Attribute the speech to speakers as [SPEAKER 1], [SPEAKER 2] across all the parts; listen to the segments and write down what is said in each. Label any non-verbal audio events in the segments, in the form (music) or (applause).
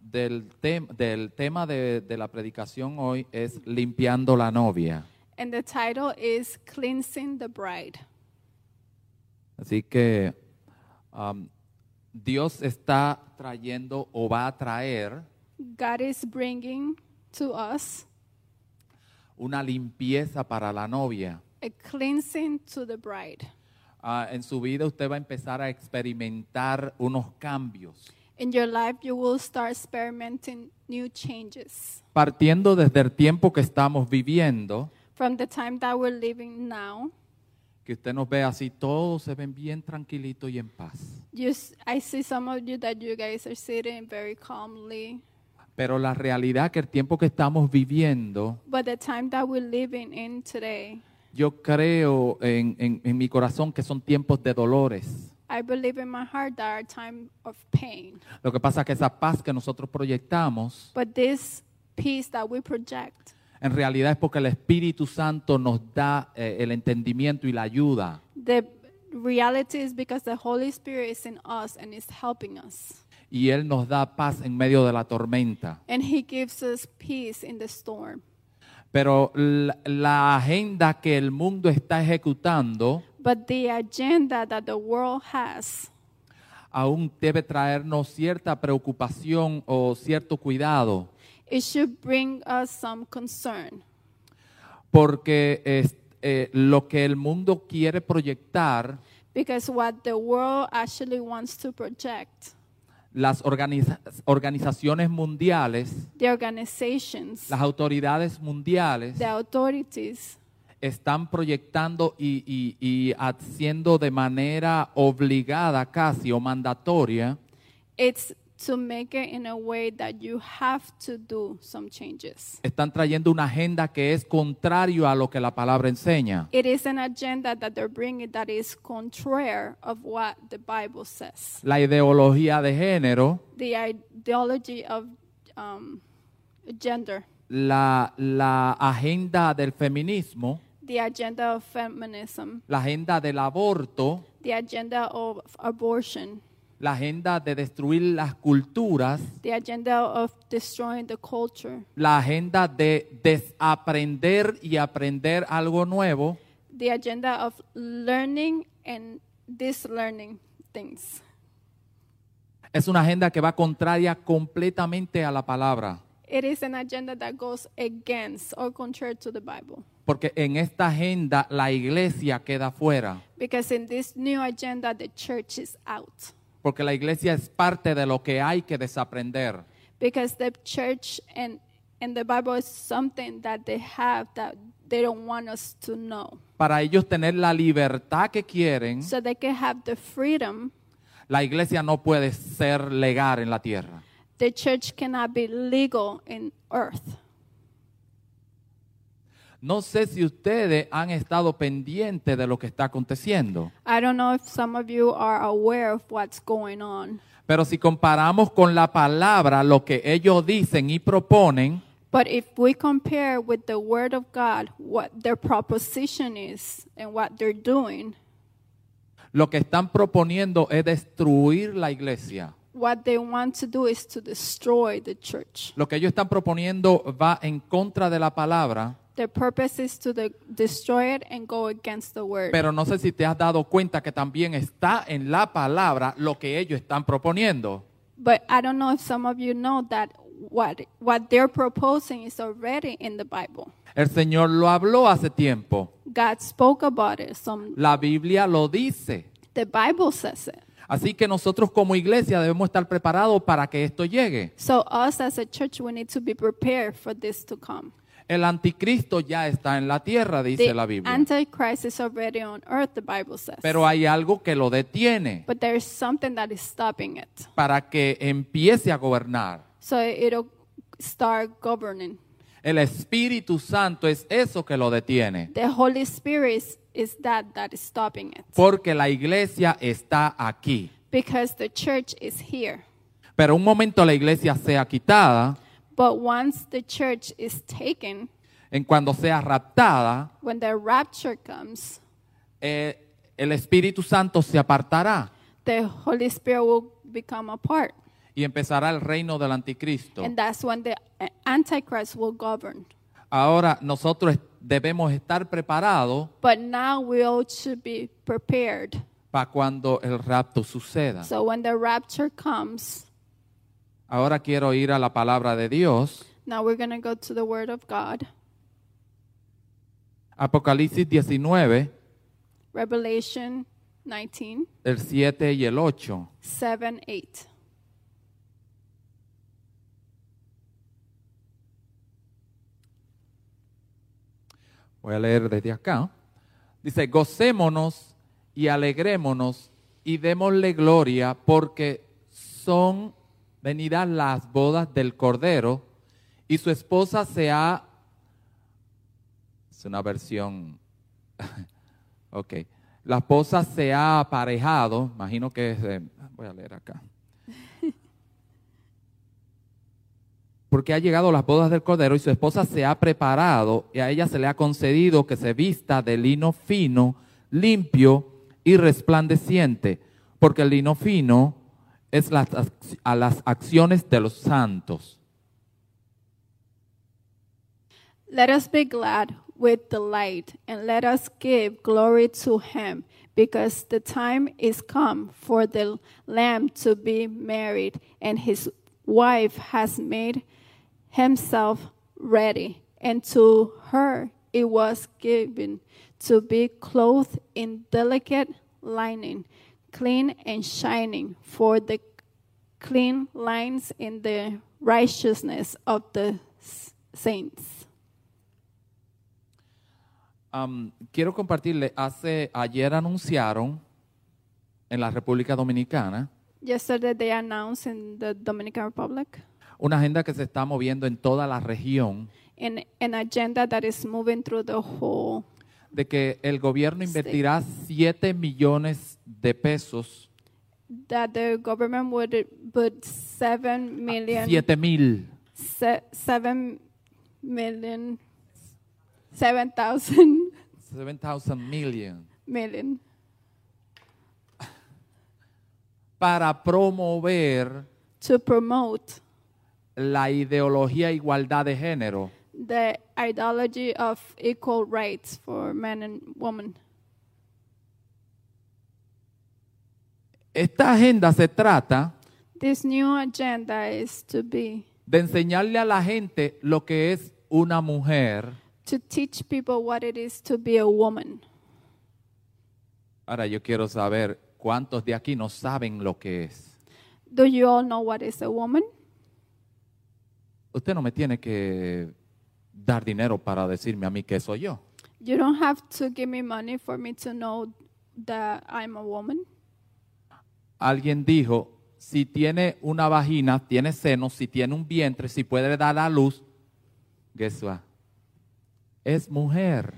[SPEAKER 1] del, tem- del tema de, de la predicación hoy es Limpiando la novia.
[SPEAKER 2] And the title is Cleansing the Bride.
[SPEAKER 1] Así que um, Dios está trayendo o va a traer
[SPEAKER 2] God is bringing to us
[SPEAKER 1] una limpieza para la novia.
[SPEAKER 2] a cleansing to the bride.
[SPEAKER 1] Ah, en su vida usted va a empezar a experimentar unos cambios.
[SPEAKER 2] In your life, you will start experimenting new changes.
[SPEAKER 1] Partiendo desde el tiempo que estamos viviendo,
[SPEAKER 2] From the time that we're living now,
[SPEAKER 1] que usted nos ve así, todos se ven bien tranquilitos y en paz.
[SPEAKER 2] you, s- I see some of you that you guys are sitting very calmly.
[SPEAKER 1] Pero la realidad que el tiempo que estamos viviendo
[SPEAKER 2] But the time that we're living in today,
[SPEAKER 1] Yo creo en, en- en mi corazón que son tiempos de dolores.
[SPEAKER 2] I believe in my heart that are time of pain.
[SPEAKER 1] Lo que pasa es que esa paz que nosotros proyectamos,
[SPEAKER 2] But this peace that we project
[SPEAKER 1] en realidad es porque el Espíritu Santo nos da eh, el entendimiento y la ayuda.
[SPEAKER 2] The reality is because the Holy Spirit is in us and is helping us.
[SPEAKER 1] Y Él nos da paz en medio de la tormenta.
[SPEAKER 2] And He gives us peace in the storm.
[SPEAKER 1] Pero la, la agenda que el mundo está ejecutando
[SPEAKER 2] But the agenda that the world has
[SPEAKER 1] aún debe traernos cierta preocupación o cierto cuidado.
[SPEAKER 2] it should bring us some concern
[SPEAKER 1] Porque es- eh, lo que el mundo quiere proyectar
[SPEAKER 2] because what the world actually wants to project,
[SPEAKER 1] las organiza- organizaciones mundiales,
[SPEAKER 2] the organizations,
[SPEAKER 1] las autoridades mundiales
[SPEAKER 2] the authorities,
[SPEAKER 1] están proyectando y, y- y haciendo de manera obligada casi o mandatoria
[SPEAKER 2] it's to make it in a way that you have to do some changes.
[SPEAKER 1] están trayendo una agenda que es contrario a lo que la palabra enseña.
[SPEAKER 2] It is an agenda that they're bringing that is contrary of what the Bible says.
[SPEAKER 1] La ideología de género,
[SPEAKER 2] The ideology of um, gender,
[SPEAKER 1] la, la agenda del feminismo,
[SPEAKER 2] the agenda of feminism,
[SPEAKER 1] la agenda del aborto,
[SPEAKER 2] the agenda of abortion,
[SPEAKER 1] la agenda de destruir las culturas,
[SPEAKER 2] the agenda of destroying the culture,
[SPEAKER 1] la agenda de desaprender y aprender algo nuevo,
[SPEAKER 2] the agenda of learning and dislearning things.
[SPEAKER 1] es una agenda que va contraria completamente a la palabra.
[SPEAKER 2] It is an agenda that goes against or contrary to the Bible.
[SPEAKER 1] Porque en esta agenda la iglesia queda fuera.
[SPEAKER 2] Because in this new agenda, the church is out.
[SPEAKER 1] Porque la iglesia es parte de lo que hay que desaprender.
[SPEAKER 2] because the church and and the bible is something that they have that they don't want us to know
[SPEAKER 1] Para ellos tener la libertad que quieren,
[SPEAKER 2] so they can have the freedom
[SPEAKER 1] la iglesia no puede ser legal en la tierra.
[SPEAKER 2] the church cannot be legal in earth
[SPEAKER 1] No sé si ustedes han estado pendientes de lo que está aconteciendo.
[SPEAKER 2] i don't know if some of you are aware of what's going on
[SPEAKER 1] Pero si comparamos con la palabra lo que ellos dicen y proponen,
[SPEAKER 2] but if we compare with the word of god what their proposition is and what they're doing
[SPEAKER 1] lo que están proponiendo es destruir la iglesia.
[SPEAKER 2] what they want to do is to destroy the church
[SPEAKER 1] Lo que ellos están proponiendo va en contra de la palabra,
[SPEAKER 2] their purpose is to de- destroy it and go against the word
[SPEAKER 1] pero no sé si te has dado cuenta que también está en la palabra lo que ellos están proponiendo.
[SPEAKER 2] But I don't know if some of you know that what what they're proposing is already in the Bible.
[SPEAKER 1] El Señor lo habló hace tiempo.
[SPEAKER 2] God spoke about it. Some
[SPEAKER 1] La Biblia lo dice.
[SPEAKER 2] the Bible says it.
[SPEAKER 1] Así que nosotros como iglesia debemos estar preparados para que esto llegue.
[SPEAKER 2] So us as a church we need to be prepared for this to come.
[SPEAKER 1] El anticristo ya está en la tierra, dice
[SPEAKER 2] The
[SPEAKER 1] la Biblia.
[SPEAKER 2] Antichrist is already on earth, the Bible says.
[SPEAKER 1] Pero hay algo que lo detiene
[SPEAKER 2] but there is something that is stopping it.
[SPEAKER 1] para que empiece a gobernar.
[SPEAKER 2] So it'll start governing.
[SPEAKER 1] El Espíritu Santo es eso que lo detiene.
[SPEAKER 2] The Holy Spirit is, is that that is stopping it.
[SPEAKER 1] Porque la iglesia está aquí.
[SPEAKER 2] Because the church is here.
[SPEAKER 1] Pero un momento la iglesia sea quitada,
[SPEAKER 2] But once the church is taken,
[SPEAKER 1] en cuando sea raptada,
[SPEAKER 2] when the rapture comes,
[SPEAKER 1] eh, el Espíritu Santo se apartará
[SPEAKER 2] the Holy Spirit will become a part.
[SPEAKER 1] y empezará el reino del anticristo.
[SPEAKER 2] And that's when the uh, Antichrist will govern.
[SPEAKER 1] Ahora nosotros debemos estar preparados
[SPEAKER 2] But now we all should be prepared.
[SPEAKER 1] para cuando el rapto suceda.
[SPEAKER 2] So when the rapture comes,
[SPEAKER 1] Ahora quiero ir a la palabra de Dios.
[SPEAKER 2] now we're going to go to the Word of God,
[SPEAKER 1] Apocalipsis 19,
[SPEAKER 2] Revelation 19,
[SPEAKER 1] el 7 y el 8.
[SPEAKER 2] 7, 8.
[SPEAKER 1] Voy a leer desde acá. Dice, gocémonos y alegrémonos y démosle gloria porque son venidas las bodas del Cordero y su esposa se ha... Es una versión... (laughs) ok. La esposa se ha aparejado, imagino que es... de- voy a leer acá. porque ha llegado las bodas del Cordero y su esposa se ha preparado y a ella se le ha concedido que se vista de lino fino, limpio y resplandeciente, porque el lino fino es las ac- a las acciones de los santos.
[SPEAKER 2] Let us be glad with delight, and let us give glory to him, because the time is come for the Lamb to be married, and his wife has made himself ready. And to her it was given to be clothed in delicate lining, clean and shining, for the clean lines in the righteousness of the s- saints.
[SPEAKER 1] Am, quiero compartirle, hace, ayer anunciaron en la República Dominicana
[SPEAKER 2] Yesterday they announced in the Dominican Republic
[SPEAKER 1] una agenda que se está moviendo en toda la región
[SPEAKER 2] an, an agenda that is moving through the whole
[SPEAKER 1] de que el gobierno invertirá 7 millones de pesos,
[SPEAKER 2] that the government would put seven million
[SPEAKER 1] 7 mil.
[SPEAKER 2] se- seven million seven thousand (laughs)
[SPEAKER 1] 7,000 million
[SPEAKER 2] million
[SPEAKER 1] para promover
[SPEAKER 2] to promote
[SPEAKER 1] la ideología igualdad de género
[SPEAKER 2] the ideology of equal rights for men and women.
[SPEAKER 1] esta agenda se trata
[SPEAKER 2] This new agenda is to be
[SPEAKER 1] de enseñarle a la gente lo que es una mujer
[SPEAKER 2] to teach people what it is to be a woman.
[SPEAKER 1] ahora yo quiero saber cuántos de aquí no saben lo que es
[SPEAKER 2] Do you all know what is a woman?
[SPEAKER 1] usted no me tiene que dar dinero para decirme a mí que soy yo
[SPEAKER 2] You don't have to give me money for me to know that I'm a woman.
[SPEAKER 1] alguien dijo si tiene una vagina tiene senos si tiene un vientre si puede dar a luz guess what? es mujer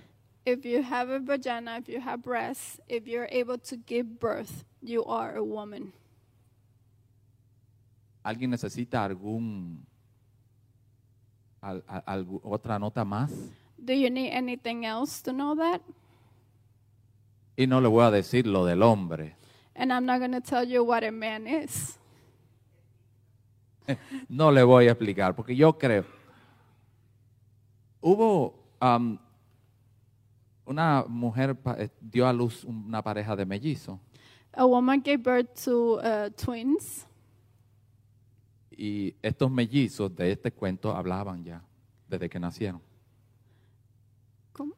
[SPEAKER 2] If you have a vagina, if you have breasts, if you're able to give birth, you are a woman.
[SPEAKER 1] ¿Alguien necesita algún al- al- algu- otra nota más?
[SPEAKER 2] Do you need anything else to know that?
[SPEAKER 1] Y no le voy a decir lo del hombre.
[SPEAKER 2] And I'm not going to tell you what a man is.
[SPEAKER 1] No le voy a explicar, porque yo creo. Hubo am, una mujer pa- eh, dio a luz una pareja de mellizos
[SPEAKER 2] A woman gave birth to uh, twins,
[SPEAKER 1] y estos mellizos de este cuento hablaban ya desde que nacieron.
[SPEAKER 2] ¿Cómo?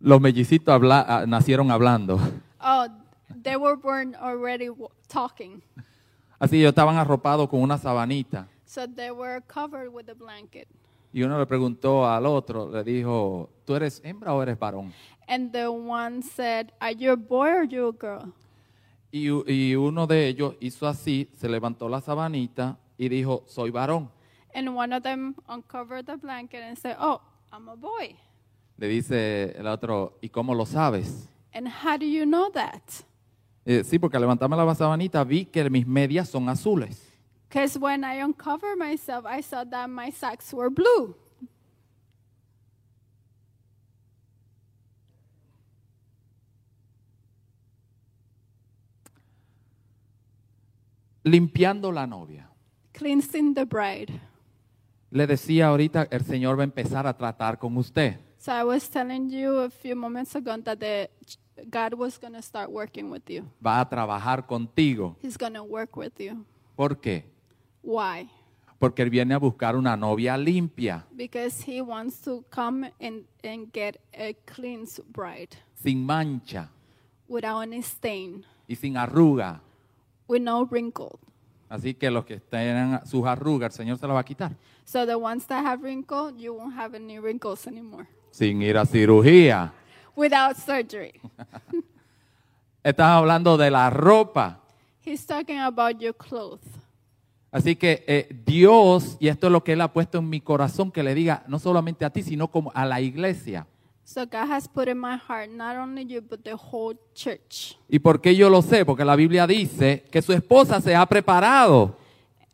[SPEAKER 1] Los mellicitos habla- ah, nacieron hablando.
[SPEAKER 2] Oh, they were born already w- talking.
[SPEAKER 1] Así ellos estaban arropados con una sabanita.
[SPEAKER 2] So they were covered with a blanket.
[SPEAKER 1] Y uno le preguntó al otro, le dijo, ¿tú eres hembra o eres varón?
[SPEAKER 2] And the one said, Are you a boy or you a girl?
[SPEAKER 1] Y, u- y uno de ellos hizo así, se levantó la sabanita y dijo, soy varón.
[SPEAKER 2] And one of them uncovered the blanket and said, Oh, I'm a boy.
[SPEAKER 1] Le dice el otro, ¿y cómo lo sabes?
[SPEAKER 2] And how do you know that?
[SPEAKER 1] Eh, sí, porque al levantarme la sabanita vi que mis medias son azules.
[SPEAKER 2] Because when I uncovered myself, I saw that my socks were blue.
[SPEAKER 1] Limpiando la novia.
[SPEAKER 2] Cleansing the bride.
[SPEAKER 1] Le decía ahorita, el Señor va a empezar a tratar con usted.
[SPEAKER 2] So I was telling you a few moments ago that the, God was going to start working with you.
[SPEAKER 1] Va a trabajar contigo.
[SPEAKER 2] He's going to work with you.
[SPEAKER 1] ¿Por qué?
[SPEAKER 2] Why?
[SPEAKER 1] Porque Él viene a buscar una novia limpia,
[SPEAKER 2] Because He wants to come and, and get a cleansed bride
[SPEAKER 1] sin mancha
[SPEAKER 2] without any stain,
[SPEAKER 1] y sin arruga.
[SPEAKER 2] with no wrinkle.
[SPEAKER 1] Así que los que tengan sus arrugas, el Señor se las va a quitar.
[SPEAKER 2] So the ones that have wrinkle, you won't have any wrinkles anymore.
[SPEAKER 1] Sin ir a cirugía. (laughs)
[SPEAKER 2] Without surgery.
[SPEAKER 1] Estás hablando de la ropa.
[SPEAKER 2] He's talking about your clothes.
[SPEAKER 1] Así que eh, Dios, y esto es lo que Él ha puesto en mi corazón, que le diga no solamente a ti, sino como a la iglesia.
[SPEAKER 2] So God has put in my heart not only you but the whole church.
[SPEAKER 1] ¿Y por qué yo lo sé? Porque la Biblia dice que su esposa se ha preparado.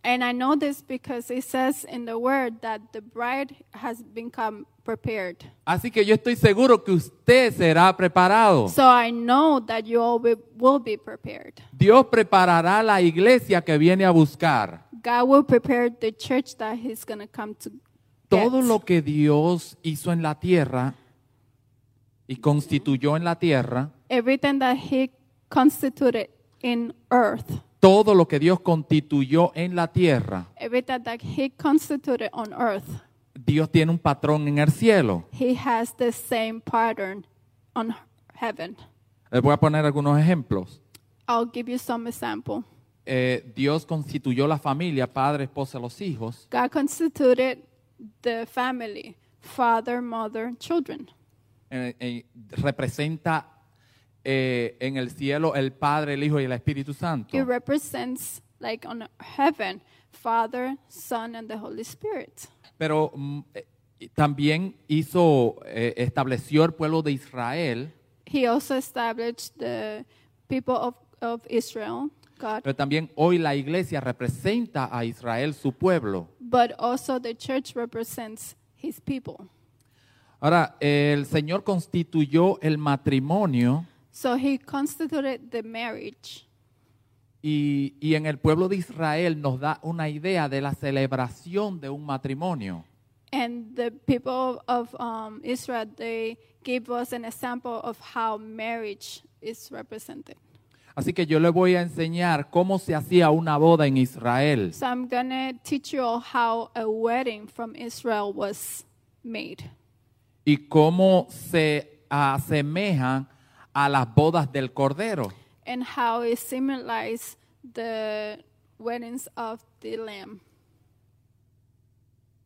[SPEAKER 2] And I know this because it says in the word that the bride has become prepared.
[SPEAKER 1] Así que yo estoy seguro que usted será preparado.
[SPEAKER 2] So I know that you all will, will be prepared.
[SPEAKER 1] Dios preparará la iglesia que viene a buscar.
[SPEAKER 2] God will prepare the church that he's going to come to get.
[SPEAKER 1] Todo lo que Dios hizo en la tierra y constituyó en la tierra,
[SPEAKER 2] Everything that he constituted in earth,
[SPEAKER 1] todo lo que Dios constituyó en la tierra,
[SPEAKER 2] everything that he constituted on earth,
[SPEAKER 1] Dios tiene un patrón en el cielo.
[SPEAKER 2] he has the same pattern on heaven.
[SPEAKER 1] Les voy a poner algunos ejemplos.
[SPEAKER 2] I'll give you some example.
[SPEAKER 1] Eh, Dios constituyó la familia, padre, esposa, los hijos.
[SPEAKER 2] God constituted the family, father, mother, children.
[SPEAKER 1] Eh, eh, representa eh, en el cielo el Padre, el Hijo y el Espíritu Santo.
[SPEAKER 2] It represents, like on heaven, Father, Son, and the Holy Spirit.
[SPEAKER 1] Pero mm, eh, y también hizo, eh, estableció el pueblo de Israel,
[SPEAKER 2] He also established the people of, of Israel, God,
[SPEAKER 1] pero también hoy la iglesia representa a Israel, su pueblo.
[SPEAKER 2] but also the church represents His people.
[SPEAKER 1] Ahora, eh, el Señor constituyó el matrimonio
[SPEAKER 2] So He constituted the marriage.
[SPEAKER 1] y, y en el pueblo de Israel nos da una idea de la celebración de un matrimonio.
[SPEAKER 2] And the people of um, Israel, they give us an example of how marriage is represented.
[SPEAKER 1] Así que yo le voy a enseñar cómo se hacía una boda en Israel.
[SPEAKER 2] So I'm going to teach you all how a wedding from Israel was made
[SPEAKER 1] y cómo se asemejan a las bodas del Cordero.
[SPEAKER 2] and how it symbolized the weddings of the Lamb.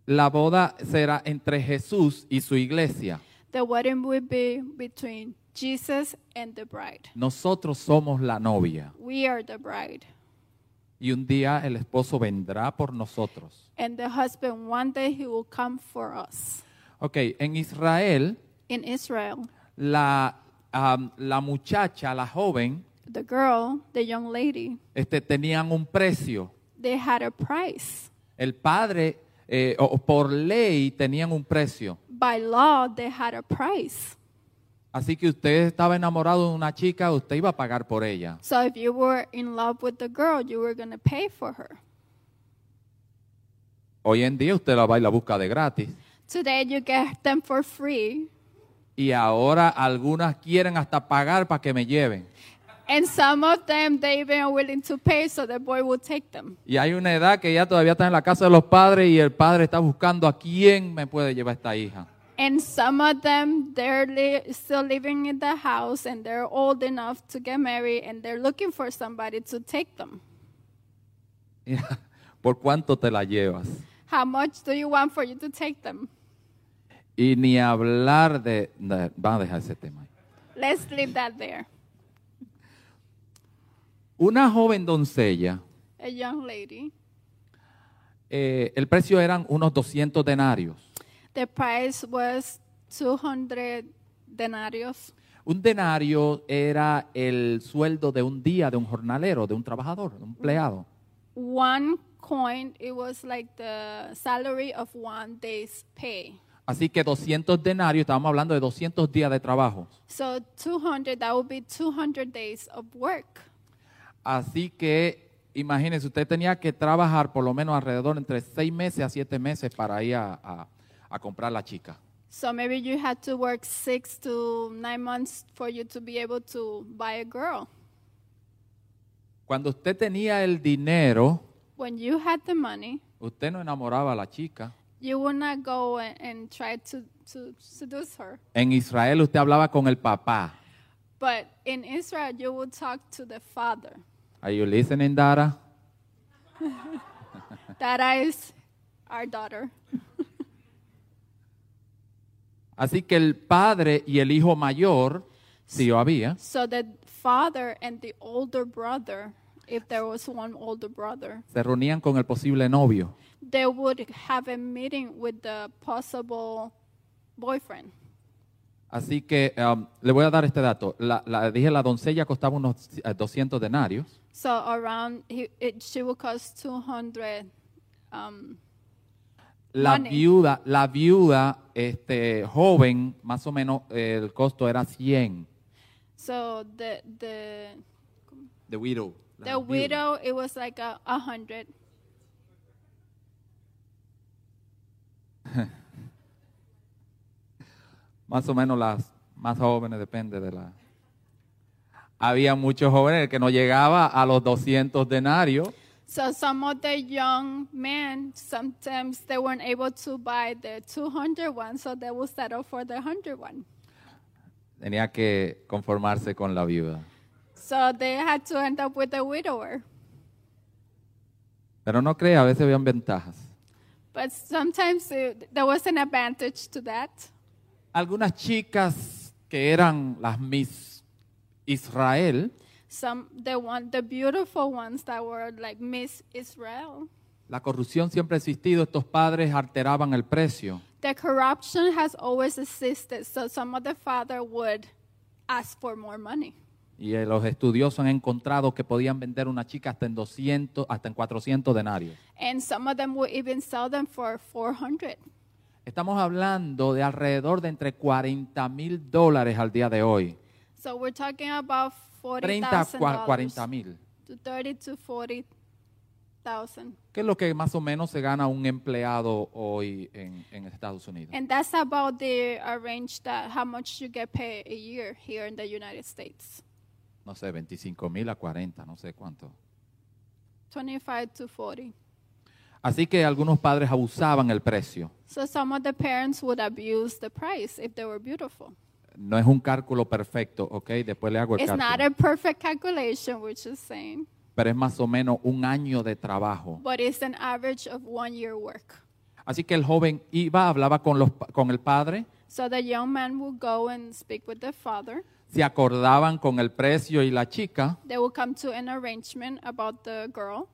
[SPEAKER 1] La boda será entre Jesús y su iglesia.
[SPEAKER 2] The wedding will be between Jesus and the bride.
[SPEAKER 1] Nosotros somos la novia
[SPEAKER 2] We are the bride.
[SPEAKER 1] y un día el esposo vendrá por nosotros.
[SPEAKER 2] And the husband, one day, he will come for us.
[SPEAKER 1] Ok, en Israel
[SPEAKER 2] In Israel,
[SPEAKER 1] la, am, la muchacha, la joven,
[SPEAKER 2] the girl, the young lady,
[SPEAKER 1] este, tenían un precio.
[SPEAKER 2] they had a price.
[SPEAKER 1] El padre, eh, o- o por ley, tenían un precio.
[SPEAKER 2] By law, they had a price.
[SPEAKER 1] Así que usted estaba enamorado de una chica, usted iba a pagar por ella.
[SPEAKER 2] So if you were in love with the girl, you were going to pay for her.
[SPEAKER 1] Hoy en día usted la va y la busca de gratis.
[SPEAKER 2] Today you get them for free.
[SPEAKER 1] Y ahora algunas quieren hasta pagar para que me lleven.
[SPEAKER 2] And some of them, they even are willing to pay, so the boy will take them.
[SPEAKER 1] Y hay una edad que ya todavía está en la casa de los padres y el padre está buscando a quién me puede llevar esta hija.
[SPEAKER 2] And some of them, they're li- still living in the house and they're old enough to get married and they're looking for somebody to take them.
[SPEAKER 1] ¿Por cuánto te la llevas?
[SPEAKER 2] How much do you want for you to take them?
[SPEAKER 1] Y ni hablar de... de- Van a dejar ese tema. ahí.
[SPEAKER 2] Let's leave that there.
[SPEAKER 1] Una joven doncella
[SPEAKER 2] A young lady
[SPEAKER 1] eh, el precio eran unos 200 denarios.
[SPEAKER 2] The price was 200 denarios.
[SPEAKER 1] Un denario era el sueldo de un día de un jornalero, de un trabajador, de un empleado.
[SPEAKER 2] One coin, it was like the salary of one day's pay.
[SPEAKER 1] Así que 200 denarios, estábamos hablando de 200 días de trabajo.
[SPEAKER 2] So 200, that would be 200 days of work.
[SPEAKER 1] Así que imagínense, usted tenía que trabajar por lo menos alrededor entre 6 meses a 7 meses para ir a, a- a comprar la chica.
[SPEAKER 2] So maybe you had to work six to nine months for you to be able to buy a girl.
[SPEAKER 1] Cuando usted tenía el dinero,
[SPEAKER 2] When you had the money,
[SPEAKER 1] usted no enamoraba a la chica.
[SPEAKER 2] you would not go and, and try to, to seduce her.
[SPEAKER 1] En Israel usted hablaba con el papá.
[SPEAKER 2] But in Israel, you would talk to the father.
[SPEAKER 1] Are you listening, Dara?
[SPEAKER 2] That is our daughter.
[SPEAKER 1] Así que el padre y el hijo mayor, si yo había,
[SPEAKER 2] So the father and the older brother, if there was one older brother,
[SPEAKER 1] se reunían con el posible novio.
[SPEAKER 2] they would have a meeting with the possible boyfriend.
[SPEAKER 1] Así que um, le voy a dar este dato. La, la- dije, la doncella costaba unos eh, 200 denarios.
[SPEAKER 2] So around, he, it, she would cost 200. Um,
[SPEAKER 1] La
[SPEAKER 2] Money.
[SPEAKER 1] viuda, la viuda este, joven, más o menos eh, el costo era 100.
[SPEAKER 2] so the the
[SPEAKER 1] The widow.
[SPEAKER 2] the widow, it was like a, a hundred.
[SPEAKER 1] Más o menos las más jóvenes, depende de la... Había muchos jóvenes que no llegaba a los 200 denarios.
[SPEAKER 2] So some of the young men sometimes they weren't able to buy the 200 one, so they would settle for the 100 one.
[SPEAKER 1] Tenía que conformarse con la viuda.
[SPEAKER 2] So they had to end up with a widower.
[SPEAKER 1] Pero no crea, a veces habían ventajas.
[SPEAKER 2] But sometimes it, there was an advantage to that.
[SPEAKER 1] Algunas chicas que eran las Miss Israel,
[SPEAKER 2] Some the one the beautiful ones that were like Miss Israel.
[SPEAKER 1] la corrupción siempre ha existido, estos padres alteraban el precio.
[SPEAKER 2] The corruption has always existed, so some of the father would ask for more money.
[SPEAKER 1] Y eh, los estudiosos han encontrado que podían vender una chica hasta en 200, hasta en 400 denarios.
[SPEAKER 2] And some of them would even sell them for 400.
[SPEAKER 1] Estamos hablando de alrededor de entre 40 mil dólares al día de hoy.
[SPEAKER 2] So we're talking about
[SPEAKER 1] 30,
[SPEAKER 2] $40,000.
[SPEAKER 1] cua- 40 mil.
[SPEAKER 2] to 30 to 40,000.
[SPEAKER 1] Que es lo que más o menos se gana un empleado hoy en, en Estados Unidos.
[SPEAKER 2] And that's about the uh, range that how much you get paid a year here in the United States.
[SPEAKER 1] No sé, 25 mil a 40, no sé cuánto.
[SPEAKER 2] 25 to 40.
[SPEAKER 1] Así que algunos padres abusaban el precio.
[SPEAKER 2] So some of the parents would abuse the price if they were beautiful.
[SPEAKER 1] No es un cálculo perfecto, ¿ok? Después le hago el
[SPEAKER 2] It's not
[SPEAKER 1] cálculo.
[SPEAKER 2] a perfect calculation, which is saying,
[SPEAKER 1] Pero es más o menos un año de trabajo.
[SPEAKER 2] but it's an average of one year work.
[SPEAKER 1] Así que el joven iba, hablaba con, los, pa- con el padre,
[SPEAKER 2] So the young man would go and speak with the father.
[SPEAKER 1] se acordaban con el precio y la chica.
[SPEAKER 2] They would come to an arrangement about the girl.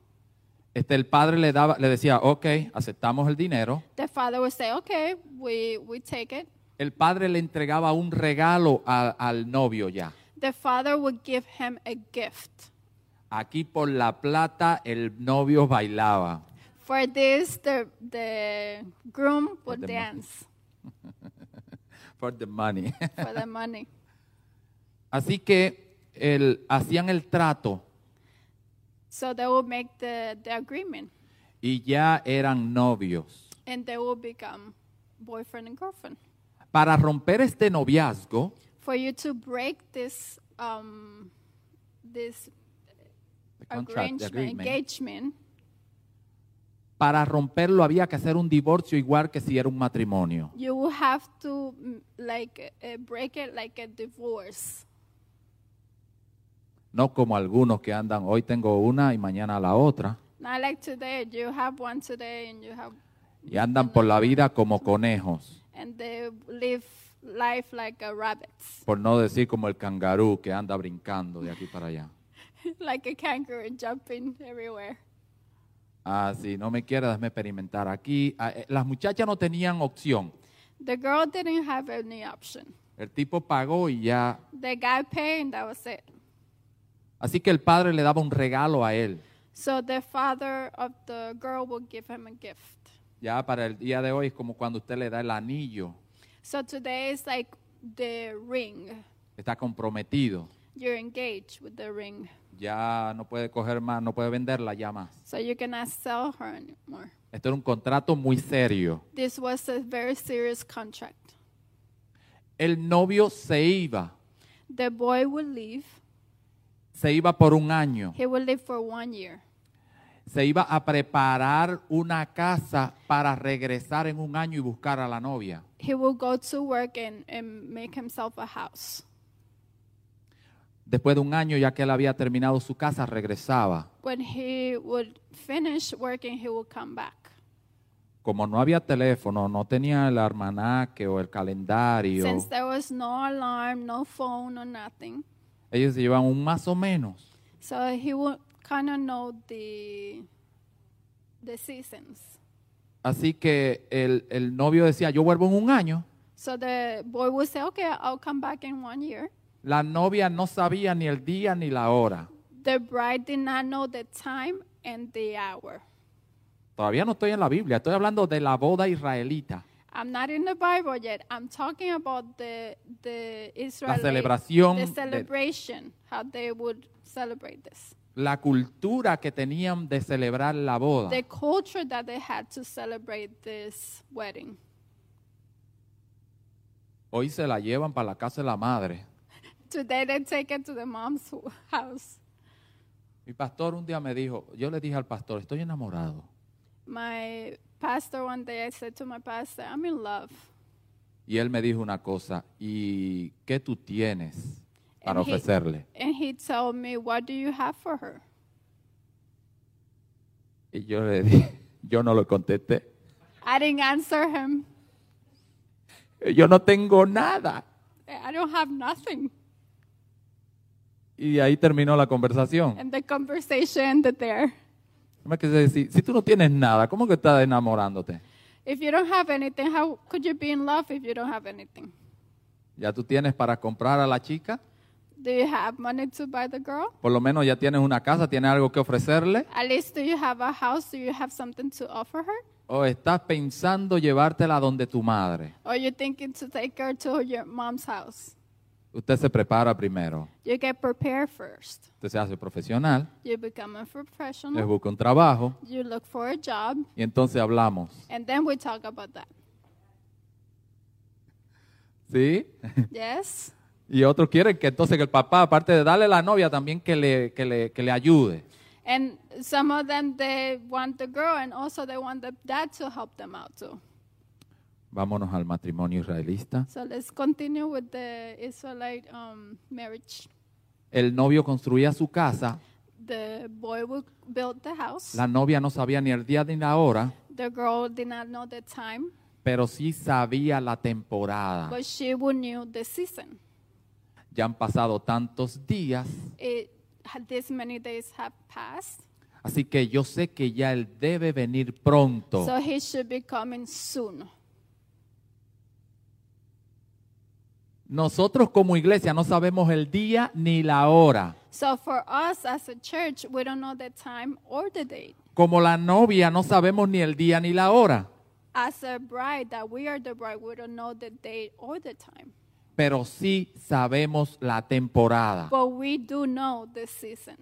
[SPEAKER 1] Este, el padre le, daba, le decía, ok, aceptamos el dinero.
[SPEAKER 2] The father would say, okay, we, we take it.
[SPEAKER 1] El padre le entregaba un regalo a- al novio ya.
[SPEAKER 2] The father would give him a gift.
[SPEAKER 1] Aquí por la plata el novio bailaba.
[SPEAKER 2] For this, the, the groom would
[SPEAKER 1] the money.
[SPEAKER 2] dance
[SPEAKER 1] For the money. (laughs)
[SPEAKER 2] for the money.
[SPEAKER 1] Así que el- hacían el trato
[SPEAKER 2] So they would make the, the agreement
[SPEAKER 1] y ya eran novios.
[SPEAKER 2] and they will become boyfriend and girlfriend.
[SPEAKER 1] Para romper este noviazgo,
[SPEAKER 2] For you to break this, um, this
[SPEAKER 1] the contract,
[SPEAKER 2] arrangement,
[SPEAKER 1] the agreement,
[SPEAKER 2] engagement,
[SPEAKER 1] para romperlo había que hacer un divorcio igual que si era un matrimonio.
[SPEAKER 2] you will have to mm, like uh, break it like a divorce.
[SPEAKER 1] No como algunos que andan, hoy tengo una y mañana la otra,
[SPEAKER 2] Not like today, you have one today and you have,
[SPEAKER 1] y andan por la vida como conejos,
[SPEAKER 2] and they live life like a (laughs) rabbits.
[SPEAKER 1] por no decir como el cangarú que anda brincando de aquí para allá.
[SPEAKER 2] like a kangaroo jumping everywhere.
[SPEAKER 1] Ah, si no me quieres, déjame experimentar aquí. Ah, eh, las muchachas no tenían opción.
[SPEAKER 2] The girl didn't have any option.
[SPEAKER 1] El tipo pagó y ya.
[SPEAKER 2] The guy paid, and that was it.
[SPEAKER 1] Así que el padre le daba un regalo a él.
[SPEAKER 2] So the father of the girl would give him a gift.
[SPEAKER 1] Ya para el día de hoy es como cuando usted le da el anillo.
[SPEAKER 2] So today is like the ring.
[SPEAKER 1] Está comprometido.
[SPEAKER 2] You're engaged with the ring.
[SPEAKER 1] Ya no puede coger más, no puede venderla ya más.
[SPEAKER 2] So you cannot sell her anymore.
[SPEAKER 1] Esto era un contrato muy serio.
[SPEAKER 2] This was a very serious contract.
[SPEAKER 1] El novio se iba.
[SPEAKER 2] The boy would leave.
[SPEAKER 1] Se iba por un año.
[SPEAKER 2] He would live for one year.
[SPEAKER 1] Se iba a preparar una casa para regresar en un año y buscar a la novia.
[SPEAKER 2] He would go to work and, and make himself a house.
[SPEAKER 1] Después de un año, ya que él había terminado su casa, regresaba.
[SPEAKER 2] When he would finish working, he would come back.
[SPEAKER 1] Como no había teléfono, no tenía el almanaque o el calendario,
[SPEAKER 2] Since there was no alarm, no phone, or nothing,
[SPEAKER 1] ellos se llevaban un más o menos.
[SPEAKER 2] so he would kind of know the the seasons.
[SPEAKER 1] Así que el, el novio decía, yo vuelvo en un año.
[SPEAKER 2] So the boy would say, "Okay, I'll come back in one year."
[SPEAKER 1] La novia no sabía ni el día ni la hora.
[SPEAKER 2] The bride did not know the time and the hour.
[SPEAKER 1] Todavía no estoy en la Biblia, estoy hablando de la boda israelita,
[SPEAKER 2] I'm not in the Bible yet. I'm talking about the the Israel
[SPEAKER 1] celebración
[SPEAKER 2] the
[SPEAKER 1] de-
[SPEAKER 2] celebration, how they would celebrate this,
[SPEAKER 1] la cultura que tenían de celebrar la boda.
[SPEAKER 2] the culture that they had to celebrate this wedding.
[SPEAKER 1] Hoy se la llevan para la casa de la madre.
[SPEAKER 2] Today they take it to the mom's house.
[SPEAKER 1] Mi pastor un día me dijo, yo le dije al pastor, estoy enamorado.
[SPEAKER 2] My pastor one day I said to my pastor, "I'm in love,"
[SPEAKER 1] Y él me dijo una cosa, ¿y qué tú tienes para
[SPEAKER 2] And he-
[SPEAKER 1] ofrecerle?
[SPEAKER 2] and he told me, "What do you have for her?"
[SPEAKER 1] Y yo le dije, (laughs) yo no lo contesté,
[SPEAKER 2] I didn't answer him.
[SPEAKER 1] yo no tengo nada.
[SPEAKER 2] I don't have nothing.
[SPEAKER 1] Y ahí terminó la conversación.
[SPEAKER 2] And the conversation ended there.
[SPEAKER 1] Me quise decir, si tú no tienes nada, ¿cómo que estás enamorándote?
[SPEAKER 2] If you don't have anything, how could you be in love if you don't have anything?
[SPEAKER 1] ¿Ya tú tienes para comprar a la chica?
[SPEAKER 2] Do you have money to buy the girl?
[SPEAKER 1] Por lo menos ya tienes una casa, tienes algo que ofrecerle.
[SPEAKER 2] At least do you have a house? Do you have something to offer her?
[SPEAKER 1] ¿O estás pensando llevártela donde tu madre?
[SPEAKER 2] Or you thinking to take her to your mom's house?
[SPEAKER 1] Usted se prepara primero.
[SPEAKER 2] You get prepared first.
[SPEAKER 1] Usted se hace profesional,
[SPEAKER 2] You become a
[SPEAKER 1] les
[SPEAKER 2] professional.
[SPEAKER 1] busca un trabajo
[SPEAKER 2] You look for a job.
[SPEAKER 1] y entonces hablamos.
[SPEAKER 2] And then we talk about that.
[SPEAKER 1] ¿Sí? (laughs)
[SPEAKER 2] yes?
[SPEAKER 1] Y otros quieren que entonces que el papá, aparte de darle la novia, también que le, que le, que le ayude.
[SPEAKER 2] And some of them, they want the girl and also they want the dad to help them out too.
[SPEAKER 1] Vámonos al matrimonio israelista.
[SPEAKER 2] So let's continue with the Israelite um, marriage.
[SPEAKER 1] El novio construía su casa,
[SPEAKER 2] The boy would build the house.
[SPEAKER 1] la novia no sabía ni el día ni la hora,
[SPEAKER 2] The girl did not know the time,
[SPEAKER 1] pero sí sabía la temporada.
[SPEAKER 2] but she would knew the season.
[SPEAKER 1] Ya han pasado tantos días,
[SPEAKER 2] It had this many days have passed,
[SPEAKER 1] así que yo sé que ya él debe venir pronto.
[SPEAKER 2] so he should be coming soon.
[SPEAKER 1] Nosotros como iglesia no sabemos el día ni la hora.
[SPEAKER 2] So for us as a church, we don't know the time or the date.
[SPEAKER 1] Como la novia no sabemos ni el día ni la hora,
[SPEAKER 2] As a bride, that we are the bride, we don't know the date or the time,
[SPEAKER 1] pero sí sabemos la temporada.
[SPEAKER 2] but we do know the season.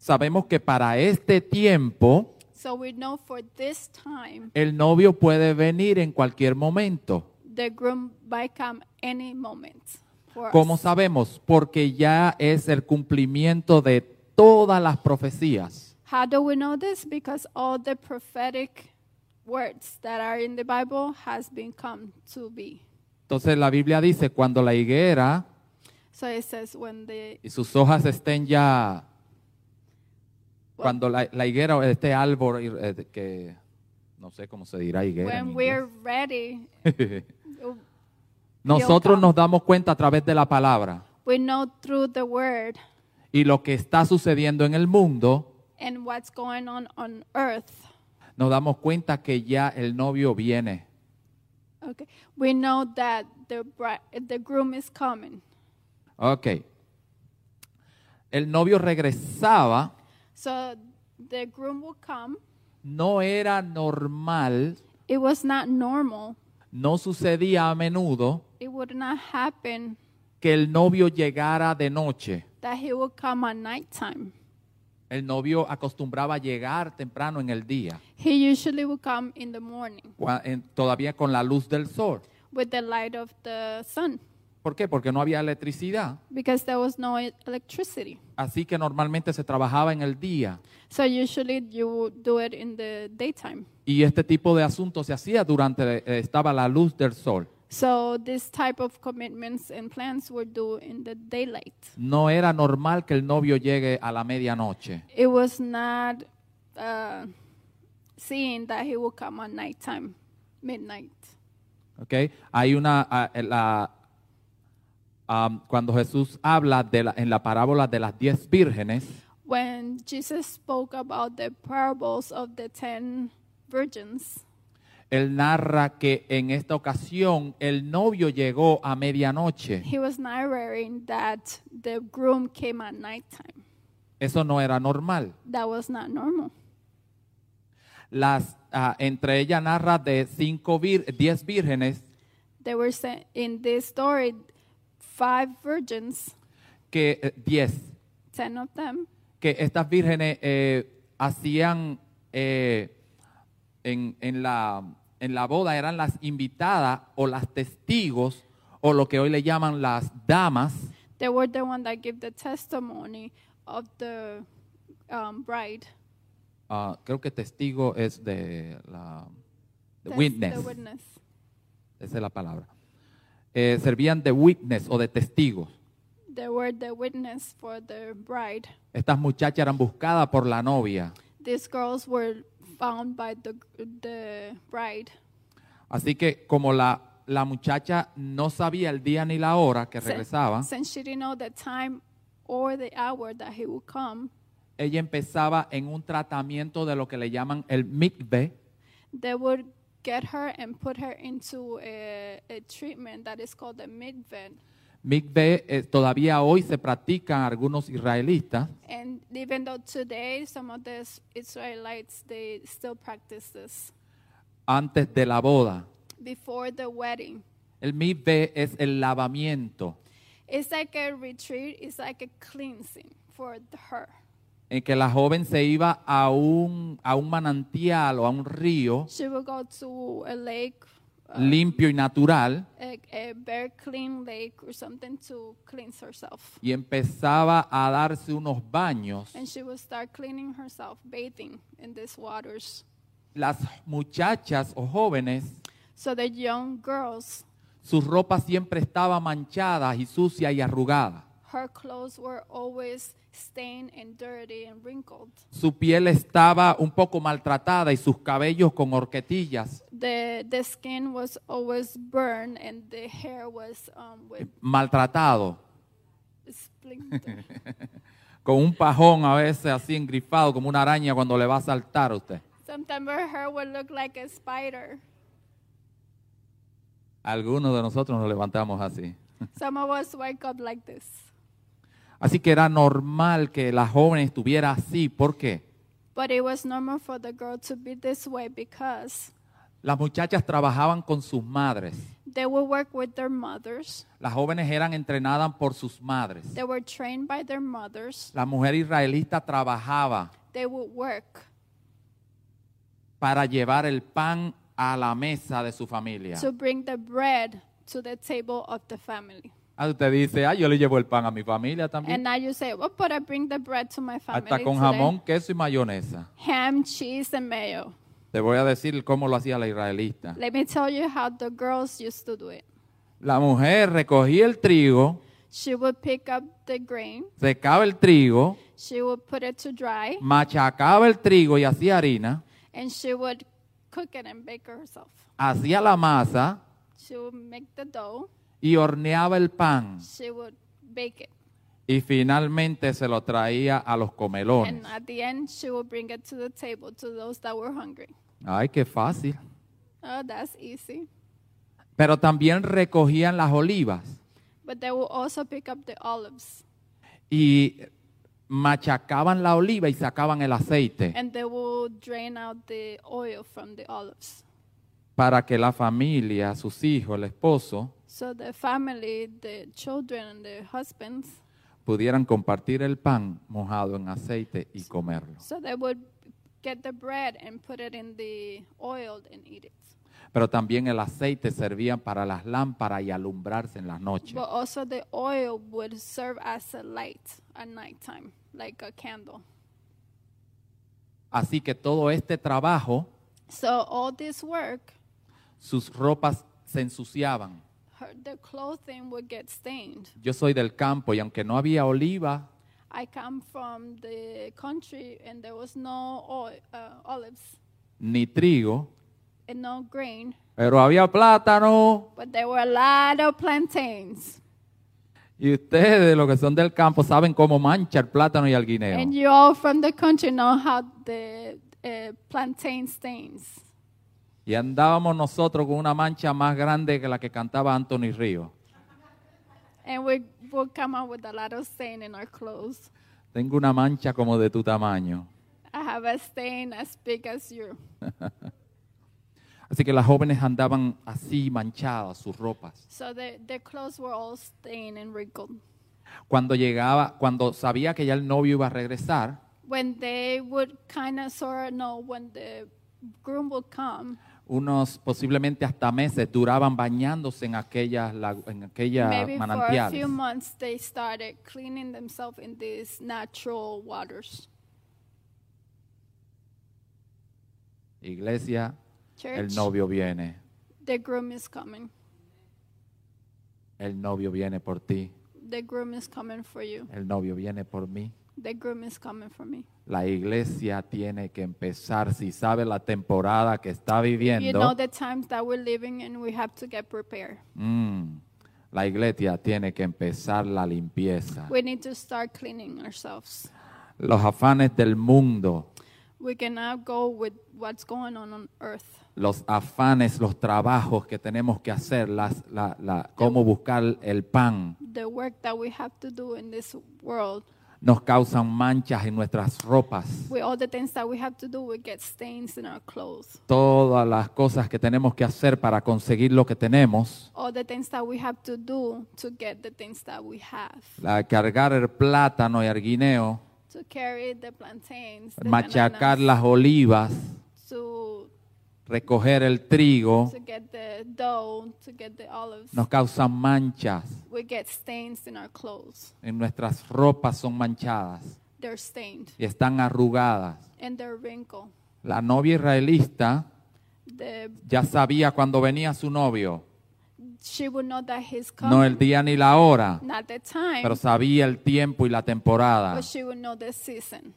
[SPEAKER 1] Sabemos que para este tiempo
[SPEAKER 2] So we know for this time,
[SPEAKER 1] el novio puede venir en cualquier momento.
[SPEAKER 2] the groom might come any moment. For
[SPEAKER 1] ¿Cómo
[SPEAKER 2] us.
[SPEAKER 1] sabemos? Porque ya es el cumplimiento de todas las profecías.
[SPEAKER 2] How do we know this? Because all the prophetic words that are in the Bible has been come to be.
[SPEAKER 1] Entonces la Biblia dice, cuando la higuera
[SPEAKER 2] So it says when the
[SPEAKER 1] y sus hojas estén ya, cuando la, la higuera o este árbol eh, que no sé cómo se dirá higuera. en
[SPEAKER 2] when
[SPEAKER 1] inglés.
[SPEAKER 2] we're ready,
[SPEAKER 1] (laughs) Nosotros nos damos cuenta a través de la palabra
[SPEAKER 2] we know through the word
[SPEAKER 1] y lo que está sucediendo en el mundo
[SPEAKER 2] and what's going on on earth.
[SPEAKER 1] Nos damos cuenta que ya el novio viene.
[SPEAKER 2] Okay. We know that the bri- the groom is coming.
[SPEAKER 1] Ok. El novio regresaba.
[SPEAKER 2] So the groom will come.
[SPEAKER 1] No era normal.
[SPEAKER 2] It was not normal.
[SPEAKER 1] No sucedía a menudo
[SPEAKER 2] It would not happen
[SPEAKER 1] que el novio llegara de noche.
[SPEAKER 2] that he would come at nighttime.
[SPEAKER 1] El novio acostumbraba a llegar temprano en el día,
[SPEAKER 2] He usually would come in the morning
[SPEAKER 1] cua- en- todavía con la luz del sol.
[SPEAKER 2] with the light of the sun
[SPEAKER 1] ¿Por qué? Porque no había electricidad.
[SPEAKER 2] because there was no e- electricity.
[SPEAKER 1] Así que normalmente se trabajaba en el día.
[SPEAKER 2] So usually you would do it in the daytime.
[SPEAKER 1] Y este tipo de asuntos se hacía durante eh, estaba la luz del sol.
[SPEAKER 2] So this type of commitments and plans were due in the daylight.
[SPEAKER 1] No era normal que el novio llegue a la medianoche.
[SPEAKER 2] It was not uh, seeing that he would come at nighttime, midnight.
[SPEAKER 1] ¿ok? Hay una ah, eh, la, am, cuando Jesús habla de la- en la parábola de las diez vírgenes,
[SPEAKER 2] When Jesus spoke about the parables of the ten virgins,
[SPEAKER 1] él narra que en esta ocasión el novio llegó a medianoche.
[SPEAKER 2] he was narrating that the groom came at nighttime.
[SPEAKER 1] Eso no era normal.
[SPEAKER 2] That was not normal.
[SPEAKER 1] Las, ah, entre ellas narra de cinco vir- diez vírgenes
[SPEAKER 2] There were se- in this story five virgins,
[SPEAKER 1] que eh, diez
[SPEAKER 2] ten of them,
[SPEAKER 1] que estas vírgenes eh, hacían eh, en, en la, en la boda, eran las invitadas o las testigos o lo que hoy le llaman las damas,
[SPEAKER 2] they were the one that gave the testimony of the um, bride.
[SPEAKER 1] Ah, creo que testigo es de la de
[SPEAKER 2] Tes-
[SPEAKER 1] witness,
[SPEAKER 2] The witness.
[SPEAKER 1] esa es la palabra, Eh, servían de witness o de testigos.
[SPEAKER 2] They were the witness for the bride.
[SPEAKER 1] Estas muchachas eran buscadas por la novia,
[SPEAKER 2] These girls were found by the the bride.
[SPEAKER 1] así que como la, la muchacha no sabía el día ni la hora que
[SPEAKER 2] Sin-
[SPEAKER 1] regresaba,
[SPEAKER 2] Since she didn't know the time or the hour that he would come,
[SPEAKER 1] ella empezaba en un tratamiento de lo que le llaman el mikve,
[SPEAKER 2] they would get her and put her into a, a treatment that is called a midven.
[SPEAKER 1] Mikve eh, todavía hoy se practican algunos israelitas.
[SPEAKER 2] And even though today some of the Is- Israelites they still practice this
[SPEAKER 1] Antes de la boda.
[SPEAKER 2] before the wedding.
[SPEAKER 1] El mikve es el lavamiento
[SPEAKER 2] It's like a retreat. It's like a cleansing for her.
[SPEAKER 1] en que la joven se iba a un, a un manantial o a un río
[SPEAKER 2] She will go to a lake,
[SPEAKER 1] limpio y natural
[SPEAKER 2] a, a very clean lake or something to cleanse herself.
[SPEAKER 1] y empezaba a darse unos baños.
[SPEAKER 2] And she will start cleaning herself, bathing in these waters.
[SPEAKER 1] Las muchachas o jóvenes,
[SPEAKER 2] So the young girls,
[SPEAKER 1] su ropa siempre estaba manchada y sucia y arrugada.
[SPEAKER 2] her clothes were always stained and dirty and wrinkled.
[SPEAKER 1] Su piel estaba un poco maltratada y sus cabellos con horquetillas
[SPEAKER 2] The, the skin was always burned and the hair was um, with
[SPEAKER 1] eh, maltratado,
[SPEAKER 2] splinter.
[SPEAKER 1] con un pajón a veces así engrifado como una araña cuando le va a saltar a usted.
[SPEAKER 2] Sometimes her hair would look like a spider.
[SPEAKER 1] Algunos de nosotros nos levantamos así.
[SPEAKER 2] Some of us wake up like this.
[SPEAKER 1] Así que era normal que la joven estuviera así. ¿Por qué?
[SPEAKER 2] But it was normal for the girl to be this way because
[SPEAKER 1] Las muchachas trabajaban con sus madres.
[SPEAKER 2] they would work with their mothers.
[SPEAKER 1] Las jóvenes eran entrenadas por sus madres.
[SPEAKER 2] They were trained by their mothers.
[SPEAKER 1] La mujer israelita trabajaba
[SPEAKER 2] They would work
[SPEAKER 1] para llevar el pan a la mesa de su familia.
[SPEAKER 2] to bring the bread to the table of the family.
[SPEAKER 1] Ah, usted dice, ah, yo le llevo el pan a mi familia
[SPEAKER 2] And
[SPEAKER 1] también.
[SPEAKER 2] now you say, well, but I bring the bread to my family.
[SPEAKER 1] Mm-hmm. Hasta con
[SPEAKER 2] today."
[SPEAKER 1] jamón, queso y mayonesa.
[SPEAKER 2] Ham, cheese, and mayo.
[SPEAKER 1] Te voy a decir cómo lo hacía la israelita.
[SPEAKER 2] Let me tell you how the girls used to do it.
[SPEAKER 1] La mujer recogía el trigo,
[SPEAKER 2] She would pick up the grain,
[SPEAKER 1] secaba el trigo,
[SPEAKER 2] she would put it to dry,
[SPEAKER 1] machacaba el trigo y hacía harina,
[SPEAKER 2] and she would cook it and bake it herself.
[SPEAKER 1] hacía la masa
[SPEAKER 2] She would make the dough,
[SPEAKER 1] y horneaba el pan.
[SPEAKER 2] she would bake it.
[SPEAKER 1] y finalmente se lo traía a los comelones.
[SPEAKER 2] And at the end, she will bring it to the table to those that were hungry.
[SPEAKER 1] Ay, qué fácil.
[SPEAKER 2] Oh, that's easy.
[SPEAKER 1] Pero también recogían las olivas
[SPEAKER 2] But they will also pick up the olives
[SPEAKER 1] y machacaban la oliva y sacaban el aceite
[SPEAKER 2] and they will drain out the oil from the olives.
[SPEAKER 1] para que la familia, sus hijos, el esposo,
[SPEAKER 2] So the family, the children, and the husbands,
[SPEAKER 1] pudieran compartir el pan mojado en aceite y comerlo.
[SPEAKER 2] so they would get the bread and put it in the oil and eat it.
[SPEAKER 1] Pero también el aceite servía para las lámparas y alumbrarse en las noches.
[SPEAKER 2] But also the oil would serve as a light at nighttime, like a candle.
[SPEAKER 1] Así que todo este trabajo,
[SPEAKER 2] So all this work,
[SPEAKER 1] sus ropas se ensuciaban.
[SPEAKER 2] her, the clothing would get stained.
[SPEAKER 1] Yo soy del campo y aunque no había oliva,
[SPEAKER 2] I come from the country and there was no oil, uh, olives
[SPEAKER 1] ni trigo,
[SPEAKER 2] and no grain,
[SPEAKER 1] pero había plátano.
[SPEAKER 2] but there were a lot of plantains.
[SPEAKER 1] Y ustedes, los que son del campo, saben cómo mancha el plátano y el guineo.
[SPEAKER 2] And you all from the country know how the uh, plantain stains.
[SPEAKER 1] Y andábamos nosotros con una mancha más grande que la que cantaba Anthony Río.
[SPEAKER 2] And we would come out with a lot of stain in our clothes.
[SPEAKER 1] Tengo una mancha como de tu tamaño.
[SPEAKER 2] I have a stain as big as you.
[SPEAKER 1] Así que las jóvenes andaban así manchadas sus ropas.
[SPEAKER 2] So the, the clothes were all stained and wrinkled.
[SPEAKER 1] Cuando llegaba, cuando sabía que ya el novio iba a regresar,
[SPEAKER 2] When they would kind of sort of know when the groom would come,
[SPEAKER 1] unos posiblemente hasta meses duraban bañándose en aquellas lagu- en aquellas
[SPEAKER 2] maybe for a
[SPEAKER 1] manantiales.
[SPEAKER 2] few months they started cleaning themselves in these natural waters.
[SPEAKER 1] Iglesia,
[SPEAKER 2] Church,
[SPEAKER 1] el novio viene.
[SPEAKER 2] the groom is coming.
[SPEAKER 1] El novio viene por ti.
[SPEAKER 2] The groom is coming for you.
[SPEAKER 1] El novio viene por mí.
[SPEAKER 2] The groom is coming for me.
[SPEAKER 1] La iglesia tiene que empezar si sabe la temporada que está viviendo.
[SPEAKER 2] You know the times that we're living in, we have to get prepared.
[SPEAKER 1] mm, la iglesia tiene que empezar la limpieza.
[SPEAKER 2] We need to start cleaning ourselves.
[SPEAKER 1] Los afanes del mundo,
[SPEAKER 2] We cannot go with what's going on on earth.
[SPEAKER 1] los afanes, los trabajos que tenemos que hacer, las, la, la- cómo buscar el pan,
[SPEAKER 2] The work that we have to do in this world,
[SPEAKER 1] nos causan manchas en nuestras ropas.
[SPEAKER 2] with all the things that we have to do, we get stains in our clothes.
[SPEAKER 1] Todas las cosas que tenemos que hacer para conseguir lo que tenemos,
[SPEAKER 2] All the things that we have to do to get the things that we have.
[SPEAKER 1] la- cargar el plátano y el guineo,
[SPEAKER 2] To carry the plantains, the
[SPEAKER 1] machacar
[SPEAKER 2] bananas,
[SPEAKER 1] las olivas,
[SPEAKER 2] to,
[SPEAKER 1] recoger el trigo,
[SPEAKER 2] to get the dough, to get the olives.
[SPEAKER 1] nos causan manchas.
[SPEAKER 2] We get stains in our clothes.
[SPEAKER 1] En nuestras ropas son manchadas
[SPEAKER 2] They're stained
[SPEAKER 1] y están arrugadas.
[SPEAKER 2] and they're wrinkled.
[SPEAKER 1] La novia israelista
[SPEAKER 2] The,
[SPEAKER 1] ya sabía cuando venía su novio,
[SPEAKER 2] she would know that he's coming.
[SPEAKER 1] no el día ni la hora,
[SPEAKER 2] Not the time,
[SPEAKER 1] pero sabía el tiempo y la temporada.
[SPEAKER 2] but she would know the season.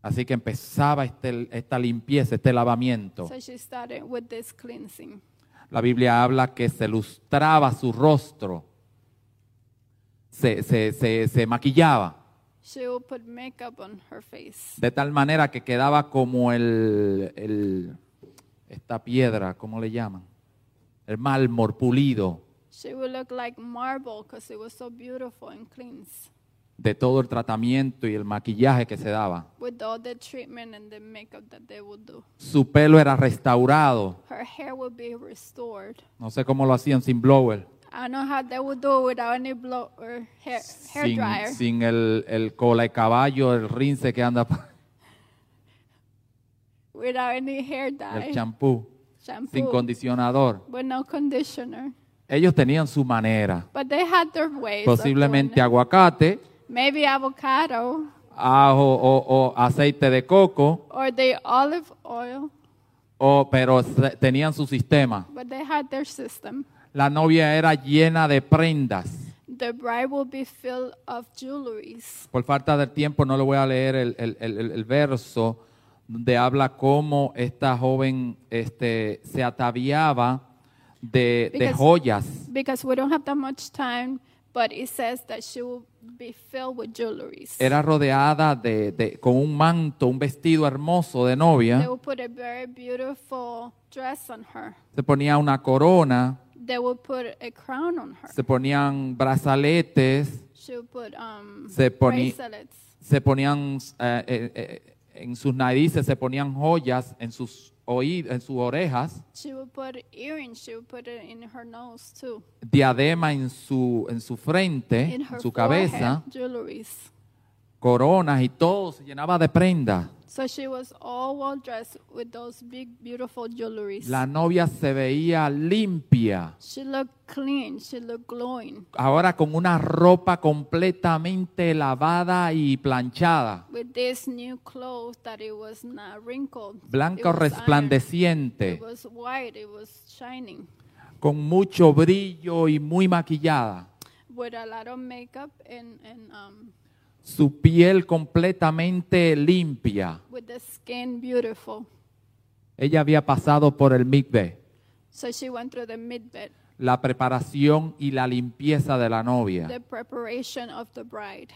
[SPEAKER 1] Así que empezaba este- esta limpieza, este lavamiento.
[SPEAKER 2] So she started with this cleansing.
[SPEAKER 1] La Biblia habla que se lustraba su rostro, se, se- se- se maquillaba,
[SPEAKER 2] She will put makeup on her face.
[SPEAKER 1] de tal manera que quedaba como el, el- esta piedra, ¿cómo le llaman? El mármol pulido
[SPEAKER 2] She will look like marble because it was so beautiful and cleansed
[SPEAKER 1] de todo el tratamiento y el maquillaje que se daba.
[SPEAKER 2] with all the treatment and the makeup that they would do.
[SPEAKER 1] Su pelo era restaurado,
[SPEAKER 2] Her hair will be restored.
[SPEAKER 1] no sé cómo lo hacían sin blower,
[SPEAKER 2] I don't know how they would do it without any blow or hair, hair
[SPEAKER 1] sin,
[SPEAKER 2] dryer.
[SPEAKER 1] sin el, el cola de caballo, el rince que anda, pa-
[SPEAKER 2] without any hair dye,
[SPEAKER 1] el champú, sin
[SPEAKER 2] shampoo,
[SPEAKER 1] condicionador.
[SPEAKER 2] with no conditioner.
[SPEAKER 1] Ellos tenían su manera.
[SPEAKER 2] But they had their ways. of doing
[SPEAKER 1] Posiblemente
[SPEAKER 2] it.
[SPEAKER 1] aguacate,
[SPEAKER 2] Maybe avocado
[SPEAKER 1] ajo o, o aceite de coco,
[SPEAKER 2] or the olive oil,
[SPEAKER 1] o, pero se- tenían su sistema.
[SPEAKER 2] but they had their system.
[SPEAKER 1] La novia era llena de prendas.
[SPEAKER 2] The bride will be filled of jewelries.
[SPEAKER 1] Por falta de tiempo no le voy a leer el, el- el- el- el verso donde habla cómo esta joven este, se ataviaba de, de
[SPEAKER 2] Because-
[SPEAKER 1] joyas.
[SPEAKER 2] Because we don't have that much time, but it says that she will be filled with jewelries.
[SPEAKER 1] Era rodeada de, de- con un manto, un vestido hermoso de
[SPEAKER 2] They
[SPEAKER 1] novia.
[SPEAKER 2] will put a very beautiful dress on her.
[SPEAKER 1] Se ponía una corona,
[SPEAKER 2] They will put a crown on her.
[SPEAKER 1] se ponían brazaletes,
[SPEAKER 2] She'll put um,
[SPEAKER 1] Se poni-
[SPEAKER 2] bracelets.
[SPEAKER 1] se ponían eh, eh, eh, en sus narices, se ponían joyas en sus oídos, en sus orejas,
[SPEAKER 2] She will put earrings. She will put it in her nose too.
[SPEAKER 1] diadema en su, en su frente,
[SPEAKER 2] In
[SPEAKER 1] en
[SPEAKER 2] her
[SPEAKER 1] Eh, su
[SPEAKER 2] forehead,
[SPEAKER 1] cabeza,
[SPEAKER 2] jewelries.
[SPEAKER 1] coronas y todo se llenaba de prenda.
[SPEAKER 2] So she was all well dressed with those big, beautiful jewelries.
[SPEAKER 1] La novia se veía limpia,
[SPEAKER 2] she looked clean. She looked glowing
[SPEAKER 1] ahora con una ropa completamente lavada y planchada,
[SPEAKER 2] with this new clothes that it was not wrinkled.
[SPEAKER 1] blanca o
[SPEAKER 2] it was iron,
[SPEAKER 1] resplandeciente,
[SPEAKER 2] It was white. It was shining
[SPEAKER 1] con mucho brillo y muy maquillada,
[SPEAKER 2] with a lot of makeup and and um,
[SPEAKER 1] su piel completamente limpia.
[SPEAKER 2] with the skin beautiful.
[SPEAKER 1] Ella había pasado por el mikveh,
[SPEAKER 2] So she went through the midbed,
[SPEAKER 1] la preparación y la limpieza de la novia.
[SPEAKER 2] the preparation of the bride.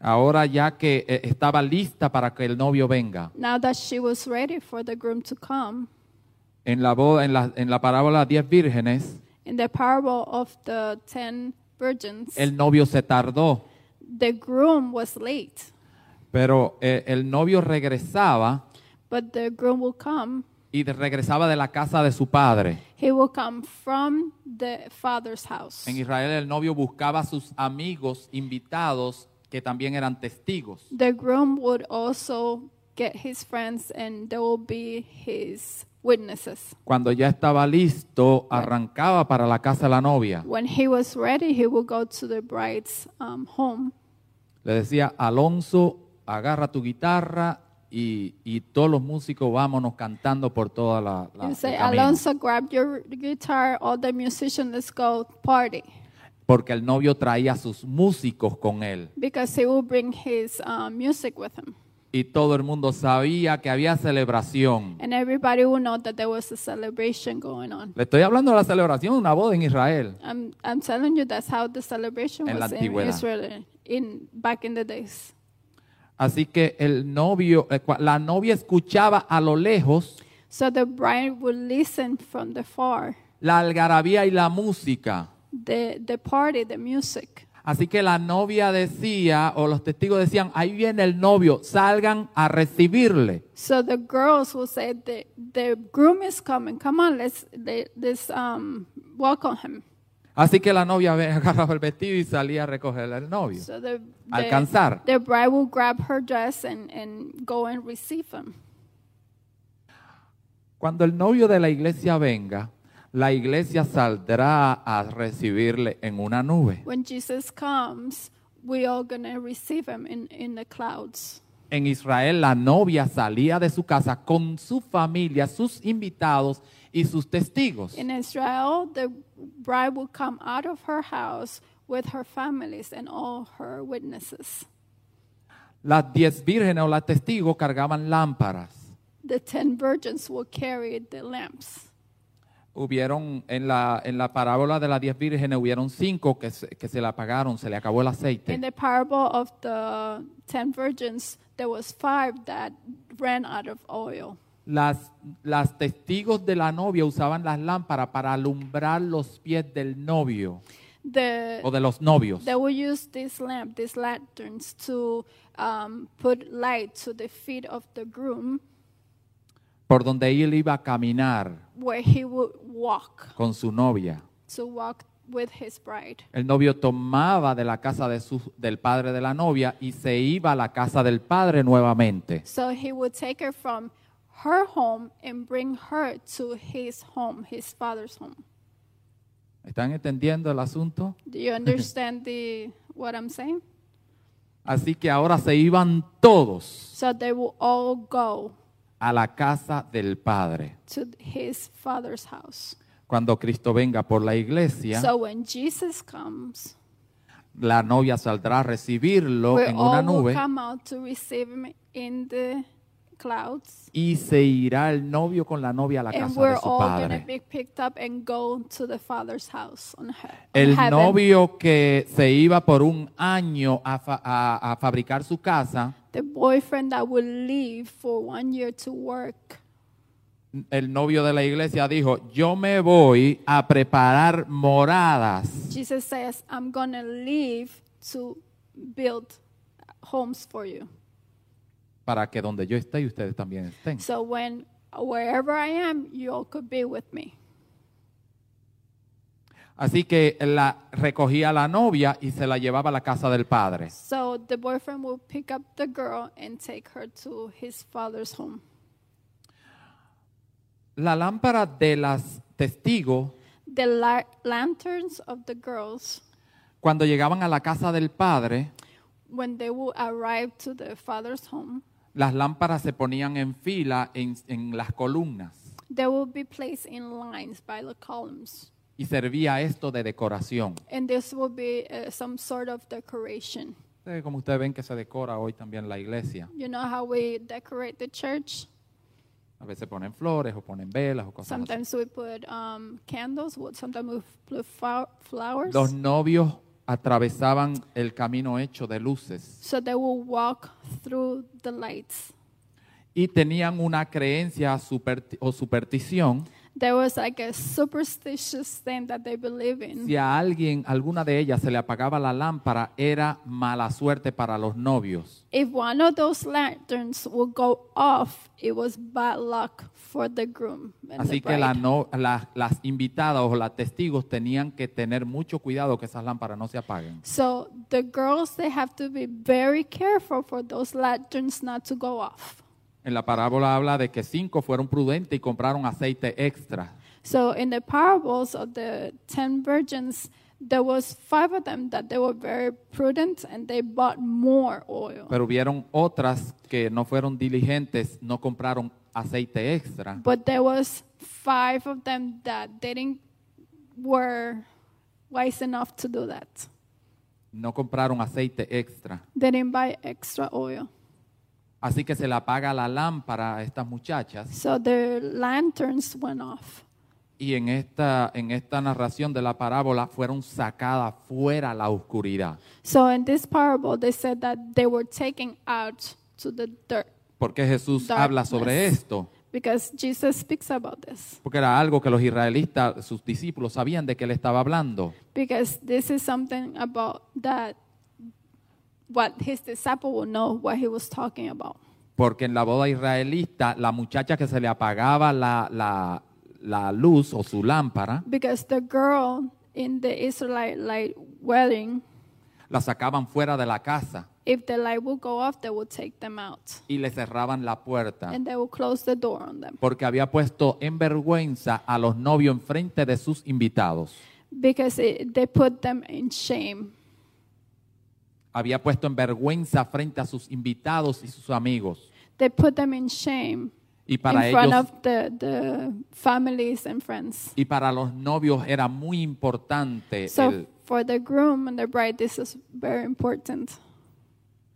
[SPEAKER 1] Ahora ya que eh, estaba lista para que el novio venga.
[SPEAKER 2] Now that she was ready for the groom to come,
[SPEAKER 1] En la boda, en la, en la parábola diez vírgenes,
[SPEAKER 2] in the parable of the ten virgins,
[SPEAKER 1] el novio se tardó,
[SPEAKER 2] the groom was late,
[SPEAKER 1] pero eh, el novio regresaba
[SPEAKER 2] but the groom will come.
[SPEAKER 1] y de- regresaba de la casa de su padre.
[SPEAKER 2] He will come from the father's house.
[SPEAKER 1] En Israel el novio buscaba a sus amigos invitados que también eran testigos.
[SPEAKER 2] The groom would also get his friends, and they will be his witnesses.
[SPEAKER 1] Cuando ya estaba listo, arrancaba para la casa de la novia.
[SPEAKER 2] When he was ready, he will go to the bride's um, home.
[SPEAKER 1] Le decía, Alonso, agarra tu guitarra y, y todos los músicos vámonos cantando por toda la, la
[SPEAKER 2] You say,
[SPEAKER 1] el camino".
[SPEAKER 2] Alonso, grab your guitar, all the musicians, let's go party.
[SPEAKER 1] Porque el novio traía a sus músicos con él.
[SPEAKER 2] because he will bring his uh, music with him.
[SPEAKER 1] Y todo el mundo sabía que había celebración.
[SPEAKER 2] And everybody will know that there was a celebration going on.
[SPEAKER 1] Le estoy hablando de la celebración de una boda en Israel.
[SPEAKER 2] I'm, I'm telling you, that's how the celebration
[SPEAKER 1] En la
[SPEAKER 2] was in
[SPEAKER 1] antigüedad.
[SPEAKER 2] Israel in, back in the days.
[SPEAKER 1] Así que el novio, eh, cua- la novia escuchaba a lo lejos
[SPEAKER 2] So the bride would listen from the far,
[SPEAKER 1] la algarabía y la música.
[SPEAKER 2] the, the party, the music.
[SPEAKER 1] Así que la novia decía, o los testigos decían, ahí viene el novio, salgan a recibirle.
[SPEAKER 2] So the girls will say, the, the groom is coming. Come on, let's, let- let's um, welcome him.
[SPEAKER 1] Así que la novia (laughs) ve- agarraba el vestido y salía a recoger al novio.
[SPEAKER 2] So the, the,
[SPEAKER 1] Alcanzar.
[SPEAKER 2] the bride will grab her dress and, and go and receive him.
[SPEAKER 1] Cuando el novio de la iglesia venga, la iglesia saldrá a recibirle en una nube.
[SPEAKER 2] When Jesus comes, we all gonna receive him in, in the clouds.
[SPEAKER 1] En Israel la novia salía de su casa con su familia, sus invitados y sus testigos.
[SPEAKER 2] In Israel, the bride will come out of her house with her families and all her witnesses.
[SPEAKER 1] Las diez vírgenes o las testigos cargaban lámparas.
[SPEAKER 2] The ten virgins will carry the lamps.
[SPEAKER 1] Hubieron en la, en la parábola de las diez vírgenes, hubieron cinco que se, que se le apagaron, se le acabó el aceite.
[SPEAKER 2] In the parable of the ten virgins, there was five that ran out of oil.
[SPEAKER 1] Las, las testigos de la novia usaban las lámparas para alumbrar los pies del novio o
[SPEAKER 2] The
[SPEAKER 1] de los novios.
[SPEAKER 2] they will use this lamp, these lanterns, to um, put light to the feet of the groom
[SPEAKER 1] por donde él iba a caminar
[SPEAKER 2] where he would walk
[SPEAKER 1] con su novia.
[SPEAKER 2] to walk with his bride.
[SPEAKER 1] El novio tomaba de la casa de su- del padre de la novia y se iba a la casa del padre nuevamente.
[SPEAKER 2] So he would take her from her home and bring her to his home, his father's home.
[SPEAKER 1] ¿Están entendiendo el asunto?
[SPEAKER 2] Do you understand the what I'm saying?
[SPEAKER 1] Así que ahora se iban todos
[SPEAKER 2] So they will all go
[SPEAKER 1] a la casa del padre.
[SPEAKER 2] to his father's house.
[SPEAKER 1] Cuando Cristo venga por la iglesia,
[SPEAKER 2] So when Jesus comes,
[SPEAKER 1] la novia saldrá a recibirlo
[SPEAKER 2] we
[SPEAKER 1] en
[SPEAKER 2] all
[SPEAKER 1] una
[SPEAKER 2] will
[SPEAKER 1] nube.
[SPEAKER 2] come out to receive him in the clouds,
[SPEAKER 1] y se irá el novio con la novia a la
[SPEAKER 2] and
[SPEAKER 1] casa de
[SPEAKER 2] we're
[SPEAKER 1] su
[SPEAKER 2] all going
[SPEAKER 1] padre.
[SPEAKER 2] to be picked up and go to the Father's house on, he- on
[SPEAKER 1] El
[SPEAKER 2] heaven.
[SPEAKER 1] novio que se iba por un año a, fa- a- a fabricar su casa,
[SPEAKER 2] The boyfriend that will leave for one year to work.
[SPEAKER 1] el novio de la iglesia dijo, yo me voy a preparar moradas
[SPEAKER 2] Jesus says, I'm going to leave to build homes for you.
[SPEAKER 1] para que donde yo esté y ustedes también estén.
[SPEAKER 2] So when wherever I am, you all could be with me.
[SPEAKER 1] Así que la recogía a la novia y se la llevaba a la casa del padre.
[SPEAKER 2] So the boyfriend will pick up the girl and take her to his father's home.
[SPEAKER 1] La lámpara de las testigos,
[SPEAKER 2] The la- lanterns of the girls,
[SPEAKER 1] cuando llegaban a la casa del padre,
[SPEAKER 2] when they will arrive to the father's home,
[SPEAKER 1] las lámparas se ponían en fila en, en las columnas
[SPEAKER 2] they will be placed in lines by the columns.
[SPEAKER 1] y servía esto de decoración.
[SPEAKER 2] And this will be uh, some sort of decoration.
[SPEAKER 1] Ustedes, Como ustedes ven que se decora hoy también la iglesia.
[SPEAKER 2] You know how we decorate the church?
[SPEAKER 1] A veces ponen flores o ponen velas o cosas así.
[SPEAKER 2] Sometimes we put um, candles, wo- sometimes we put flow- flowers.
[SPEAKER 1] Los novios atravesaban el camino hecho de luces
[SPEAKER 2] So they will walk through the lights.
[SPEAKER 1] y tenían una creencia superti- o superstición.
[SPEAKER 2] There was like a superstitious thing that they believe in.
[SPEAKER 1] Si a alguien, alguna de ellas, se le apagaba la lámpara, era mala suerte para los novios.
[SPEAKER 2] If one of those lanterns would go off, it was bad luck for the groom and the
[SPEAKER 1] Así que la
[SPEAKER 2] bride.
[SPEAKER 1] no- la- las invitadas o las testigos tenían que tener mucho cuidado que esas lámparas no se apaguen.
[SPEAKER 2] So the girls, they have to be very careful for those lanterns not to go off.
[SPEAKER 1] En la parábola habla de que cinco fueron prudentes y compraron aceite extra.
[SPEAKER 2] So in the parables of the ten virgins, there was five of them that they were very prudent and they bought more oil.
[SPEAKER 1] Pero hubieron otras que no fueron diligentes, no compraron aceite extra
[SPEAKER 2] But there was five of them that didn't were wise enough to do that.
[SPEAKER 1] no compraron aceite extra.
[SPEAKER 2] They didn't buy extra oil.
[SPEAKER 1] Así que se le apaga la lámpara a estas muchachas
[SPEAKER 2] So their lanterns went off.
[SPEAKER 1] y en esta, en esta narración de la parábola fueron sacadas fuera a la oscuridad.
[SPEAKER 2] So in this parable they said that they were taken out to the dirt
[SPEAKER 1] Porque Jesús habla sobre
[SPEAKER 2] Darkness.
[SPEAKER 1] esto.
[SPEAKER 2] because Jesus speaks about this.
[SPEAKER 1] Porque era algo que los israelitas, sus discípulos, sabían de que él estaba hablando.
[SPEAKER 2] Because this is something about that what his disciple will know what he was talking about.
[SPEAKER 1] Porque en la boda israelita, la muchacha que se le apagaba la, la- la luz o su lámpara,
[SPEAKER 2] Because the girl in the Israelite like wedding
[SPEAKER 1] la sacaban fuera de la casa
[SPEAKER 2] If the light will go off, they will take them out
[SPEAKER 1] y le cerraban la puerta.
[SPEAKER 2] and they will close the door on them
[SPEAKER 1] Porque había puesto en vergüenza a los novios enfrente de sus invitados.
[SPEAKER 2] because it, they put them in shame.
[SPEAKER 1] Había puesto en vergüenza frente a sus invitados y sus amigos.
[SPEAKER 2] They put them in shame
[SPEAKER 1] Y para
[SPEAKER 2] in front
[SPEAKER 1] ellos
[SPEAKER 2] of the, the families and friends.
[SPEAKER 1] y para los novios era muy importante
[SPEAKER 2] So
[SPEAKER 1] el,
[SPEAKER 2] for the groom and the bride, this is very important.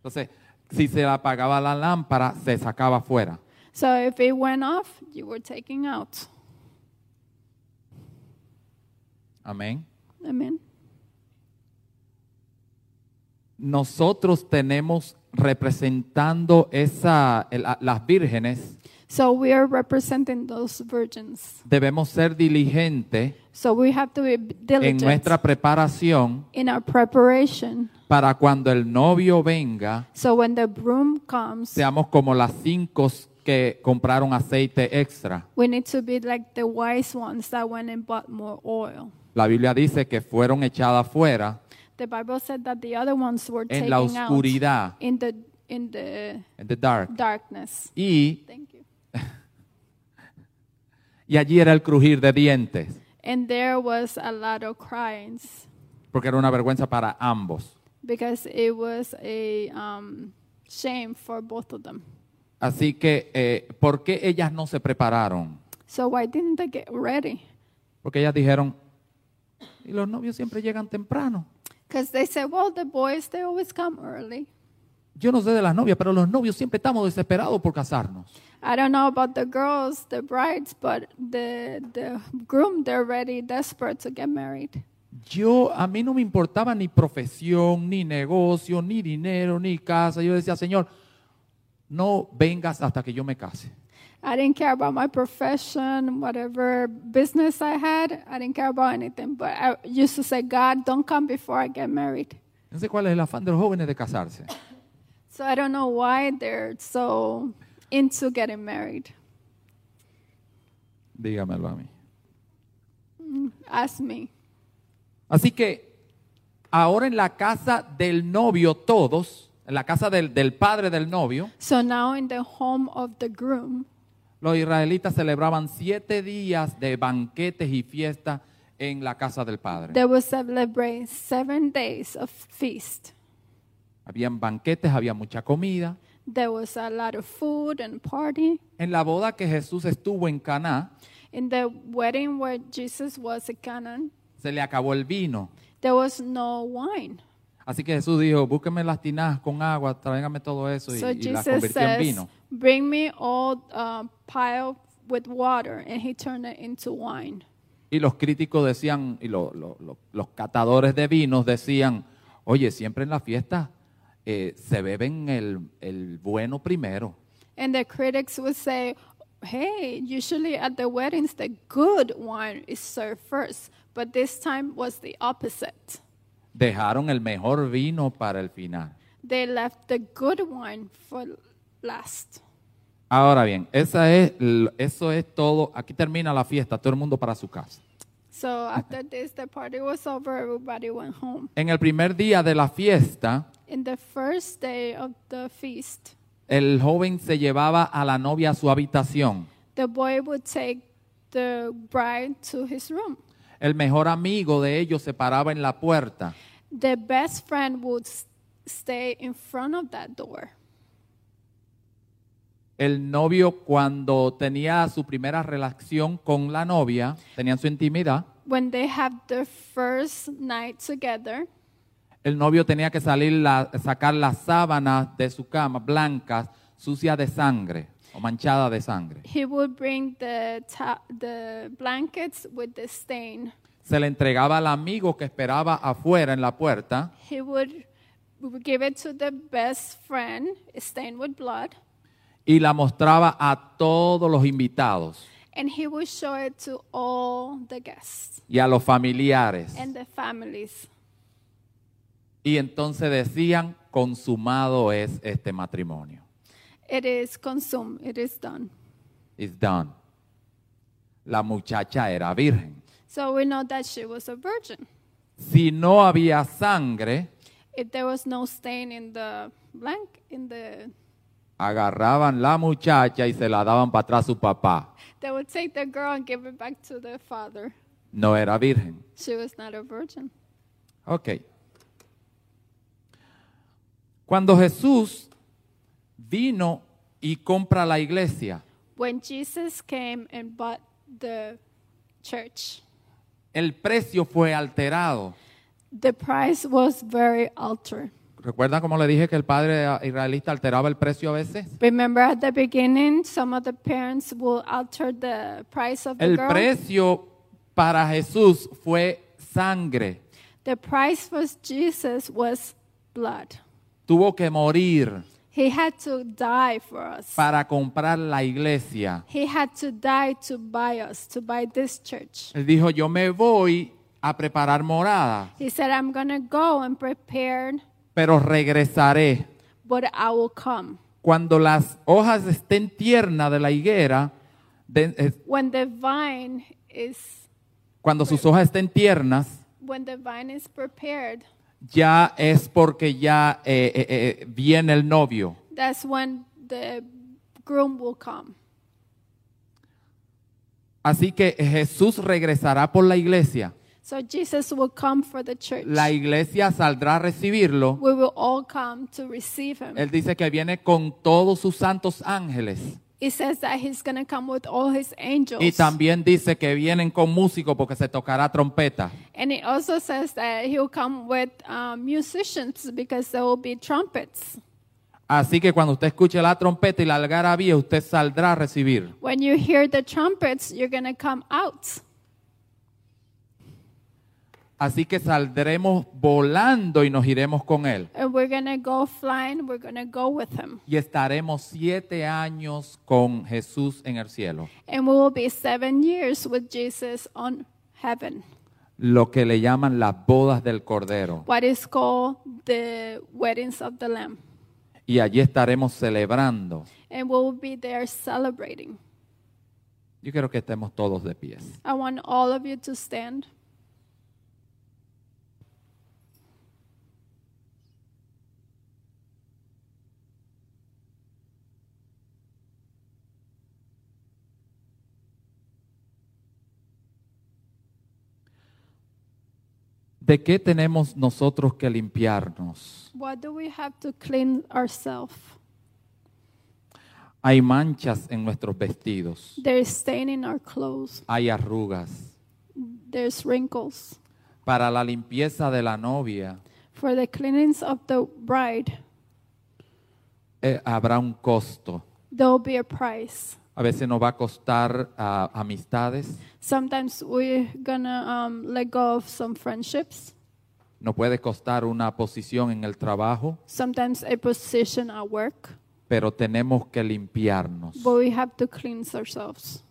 [SPEAKER 1] Entonces, si se le apagaba la lámpara, se sacaba fuera.
[SPEAKER 2] So if it went off, you were taken out.
[SPEAKER 1] Amén.
[SPEAKER 2] Amen.
[SPEAKER 1] Nosotros tenemos representando esa, el- a- las vírgenes,
[SPEAKER 2] So we are representing those virgins.
[SPEAKER 1] debemos ser diligentes
[SPEAKER 2] So we have to be
[SPEAKER 1] en
[SPEAKER 2] diligent
[SPEAKER 1] nuestra preparación
[SPEAKER 2] in our preparation.
[SPEAKER 1] para cuando el novio venga,
[SPEAKER 2] So when the broom comes,
[SPEAKER 1] seamos como las cinco que compraron aceite extra.
[SPEAKER 2] We need to be like the wise ones that went and bought more oil.
[SPEAKER 1] La Biblia dice que fueron echadas fuera
[SPEAKER 2] The Bible said that the other ones were
[SPEAKER 1] en
[SPEAKER 2] taken
[SPEAKER 1] la
[SPEAKER 2] out
[SPEAKER 1] oscuridad,
[SPEAKER 2] in the in the
[SPEAKER 1] en the dark.
[SPEAKER 2] darkness.
[SPEAKER 1] Y,
[SPEAKER 2] Thank you.
[SPEAKER 1] y allí era el crujir de dientes,
[SPEAKER 2] And there was a lot of cries
[SPEAKER 1] porque era una vergüenza para ambos.
[SPEAKER 2] because it was a um, shame for both of them.
[SPEAKER 1] Así que, eh, ¿por qué ellas no se prepararon?
[SPEAKER 2] So why didn't they get ready?
[SPEAKER 1] Porque ellas dijeron, y los novios siempre llegan temprano.
[SPEAKER 2] Because they said, well, the boys they always come early.
[SPEAKER 1] Yo no sé de las novias, pero los novios siempre estamos desesperados por casarnos.
[SPEAKER 2] I don't know about the girls, the brides, but the the groom they're ready desperate to get married.
[SPEAKER 1] Yo, a mí no me importaba ni profesión, ni negocio, ni dinero, ni casa. Yo decía, Señor, no vengas hasta que yo me case.
[SPEAKER 2] I didn't care about my profession, whatever business I had. I didn't care about anything. But I used to say, God, don't come before I get married.
[SPEAKER 1] No sé cuál es el afán de los jóvenes de casarse.
[SPEAKER 2] So I don't know why they're so into getting married.
[SPEAKER 1] Dígamelo a mí.
[SPEAKER 2] Ask me.
[SPEAKER 1] Así que ahora en la casa del novio todos, en la casa del, del padre del novio,
[SPEAKER 2] So now in the home of the groom,
[SPEAKER 1] los israelitas celebraban siete días de banquetes y fiestas en la casa del padre.
[SPEAKER 2] they will celebrate seven days of feast.
[SPEAKER 1] Habían banquetes, había mucha comida.
[SPEAKER 2] There was a lot of food and party.
[SPEAKER 1] En la boda que Jesús estuvo en Caná,
[SPEAKER 2] In the wedding where Jesus was in Canaan,
[SPEAKER 1] se le acabó el vino.
[SPEAKER 2] there was no wine.
[SPEAKER 1] Así que Jesús dijo, búsquenme las tinajas con agua, tráigame todo eso y,
[SPEAKER 2] So
[SPEAKER 1] y las
[SPEAKER 2] Jesus
[SPEAKER 1] convirtió en
[SPEAKER 2] says,
[SPEAKER 1] vino.
[SPEAKER 2] "Bring me all uh, pile with water," and he turned it into wine.
[SPEAKER 1] Y los críticos decían, y lo- lo- lo- los catadores de vinos decían, oye, siempre en las fiestas eh, se beben el, el bueno primero.
[SPEAKER 2] And the critics would say, "Hey, usually at the weddings the good wine is served first, but this time was the opposite.
[SPEAKER 1] Dejaron el mejor vino para el final.
[SPEAKER 2] They left the good wine for last."
[SPEAKER 1] Ahora bien, esa es, l- eso es todo. Aquí termina la fiesta, todo el mundo para su casa.
[SPEAKER 2] So after this, the party was over. Everybody went home.
[SPEAKER 1] En el primer día de la fiesta,
[SPEAKER 2] In the first day of the feast,
[SPEAKER 1] el joven se llevaba a la novia a su habitación.
[SPEAKER 2] the boy would take the bride to his room.
[SPEAKER 1] El mejor amigo de ellos se paraba en la puerta.
[SPEAKER 2] The best friend would s- stay in front of that door.
[SPEAKER 1] El novio cuando tenía su primera relación con la novia, tenían su intimidad,
[SPEAKER 2] When they have their first night together,
[SPEAKER 1] el novio tenía que salir la- sacar las sábanas de su cama blancas, sucias de sangre o manchadas de sangre.
[SPEAKER 2] he would bring the, ta- the blankets with the stain.
[SPEAKER 1] Se le entregaba al amigo que esperaba afuera en la puerta
[SPEAKER 2] He would, would give it to the best friend, stained with blood,
[SPEAKER 1] y la mostraba a todos los invitados
[SPEAKER 2] and he would show it to all the guests
[SPEAKER 1] y a los familiares.
[SPEAKER 2] and the families.
[SPEAKER 1] Y entonces decían, consumado es este matrimonio.
[SPEAKER 2] It is consumed, it is done.
[SPEAKER 1] It's done. La muchacha era virgen.
[SPEAKER 2] So we know that she was a virgin.
[SPEAKER 1] Si no había sangre,
[SPEAKER 2] If there was no stain in the blank, in the
[SPEAKER 1] agarraban la muchacha y se la daban para atrás a su papá.
[SPEAKER 2] They would take the girl and give it back to the father.
[SPEAKER 1] No era virgen.
[SPEAKER 2] She was not a virgin.
[SPEAKER 1] Ok. Cuando Jesús vino y compra la iglesia,
[SPEAKER 2] When Jesus came and bought the church,
[SPEAKER 1] el precio fue alterado.
[SPEAKER 2] the price was very altered.
[SPEAKER 1] ¿Recuerdan cómo le dije que el padre israelita alteraba el precio a veces?
[SPEAKER 2] Remember at the beginning, some of the parents will alter the price of the
[SPEAKER 1] El
[SPEAKER 2] girl.
[SPEAKER 1] precio para Jesús fue sangre.
[SPEAKER 2] the price for Jesus was blood.
[SPEAKER 1] Tuvo que morir
[SPEAKER 2] He had to die for us.
[SPEAKER 1] para comprar la iglesia.
[SPEAKER 2] He had to die to buy us, to buy this church.
[SPEAKER 1] Él dijo, yo me voy a preparar morada,
[SPEAKER 2] He said, I'm going to go and prepare,
[SPEAKER 1] pero regresaré.
[SPEAKER 2] but I will come.
[SPEAKER 1] Cuando las hojas estén tiernas de la higuera, de- eh,
[SPEAKER 2] when the vine is
[SPEAKER 1] cuando sus hojas estén tiernas,
[SPEAKER 2] when the vine is prepared
[SPEAKER 1] ya es porque ya eh, eh, eh, viene el novio.
[SPEAKER 2] that's when the groom will come
[SPEAKER 1] Así que Jesús regresará por la iglesia.
[SPEAKER 2] so jesus will come for the church
[SPEAKER 1] La iglesia saldrá a recibirlo.
[SPEAKER 2] we will all come to receive him
[SPEAKER 1] Él dice que viene con todos sus santos ángeles.
[SPEAKER 2] it says that he's going to come with all his angels
[SPEAKER 1] Y también dice que vienen con músicos porque se tocará trompeta.
[SPEAKER 2] and it also says that he'll come with um, musicians because there will be trumpets
[SPEAKER 1] Así que cuando usted escuche la trompeta y la algarabía, usted saldrá a recibir.
[SPEAKER 2] When you hear the trumpets, you're going to come out.
[SPEAKER 1] Así que saldremos volando y nos iremos con él.
[SPEAKER 2] And we're going to go flying. We're going to go with him.
[SPEAKER 1] Y estaremos siete años con Jesús en el cielo.
[SPEAKER 2] And we will be seven years with Jesus on heaven.
[SPEAKER 1] Lo que le llaman las bodas del Cordero.
[SPEAKER 2] What is called the weddings of the Lamb.
[SPEAKER 1] Y allí estaremos celebrando.
[SPEAKER 2] And we will be there celebrating.
[SPEAKER 1] Yo quiero que estemos todos de pies.
[SPEAKER 2] I want all of you to stand.
[SPEAKER 1] ¿De qué tenemos nosotros que limpiarnos?
[SPEAKER 2] What do we have to clean ourselves?
[SPEAKER 1] Hay manchas en nuestros vestidos.
[SPEAKER 2] There's stain in our clothes.
[SPEAKER 1] Hay arrugas.
[SPEAKER 2] There's wrinkles.
[SPEAKER 1] Para la limpieza de la novia
[SPEAKER 2] For the cleanings of the bride,
[SPEAKER 1] eh, habrá un costo.
[SPEAKER 2] there'll be a price.
[SPEAKER 1] A veces nos va a costar ah, amistades.
[SPEAKER 2] Sometimes we're gonna um, let go of some friendships.
[SPEAKER 1] Nos puede costar una posición en el trabajo,
[SPEAKER 2] Sometimes a position at work,
[SPEAKER 1] pero tenemos que limpiarnos.
[SPEAKER 2] but we have to cleanse ourselves.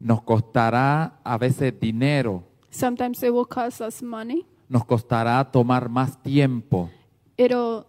[SPEAKER 1] Nos costará a veces dinero.
[SPEAKER 2] Sometimes it will cost us money.
[SPEAKER 1] Nos costará tomar más tiempo.
[SPEAKER 2] It'll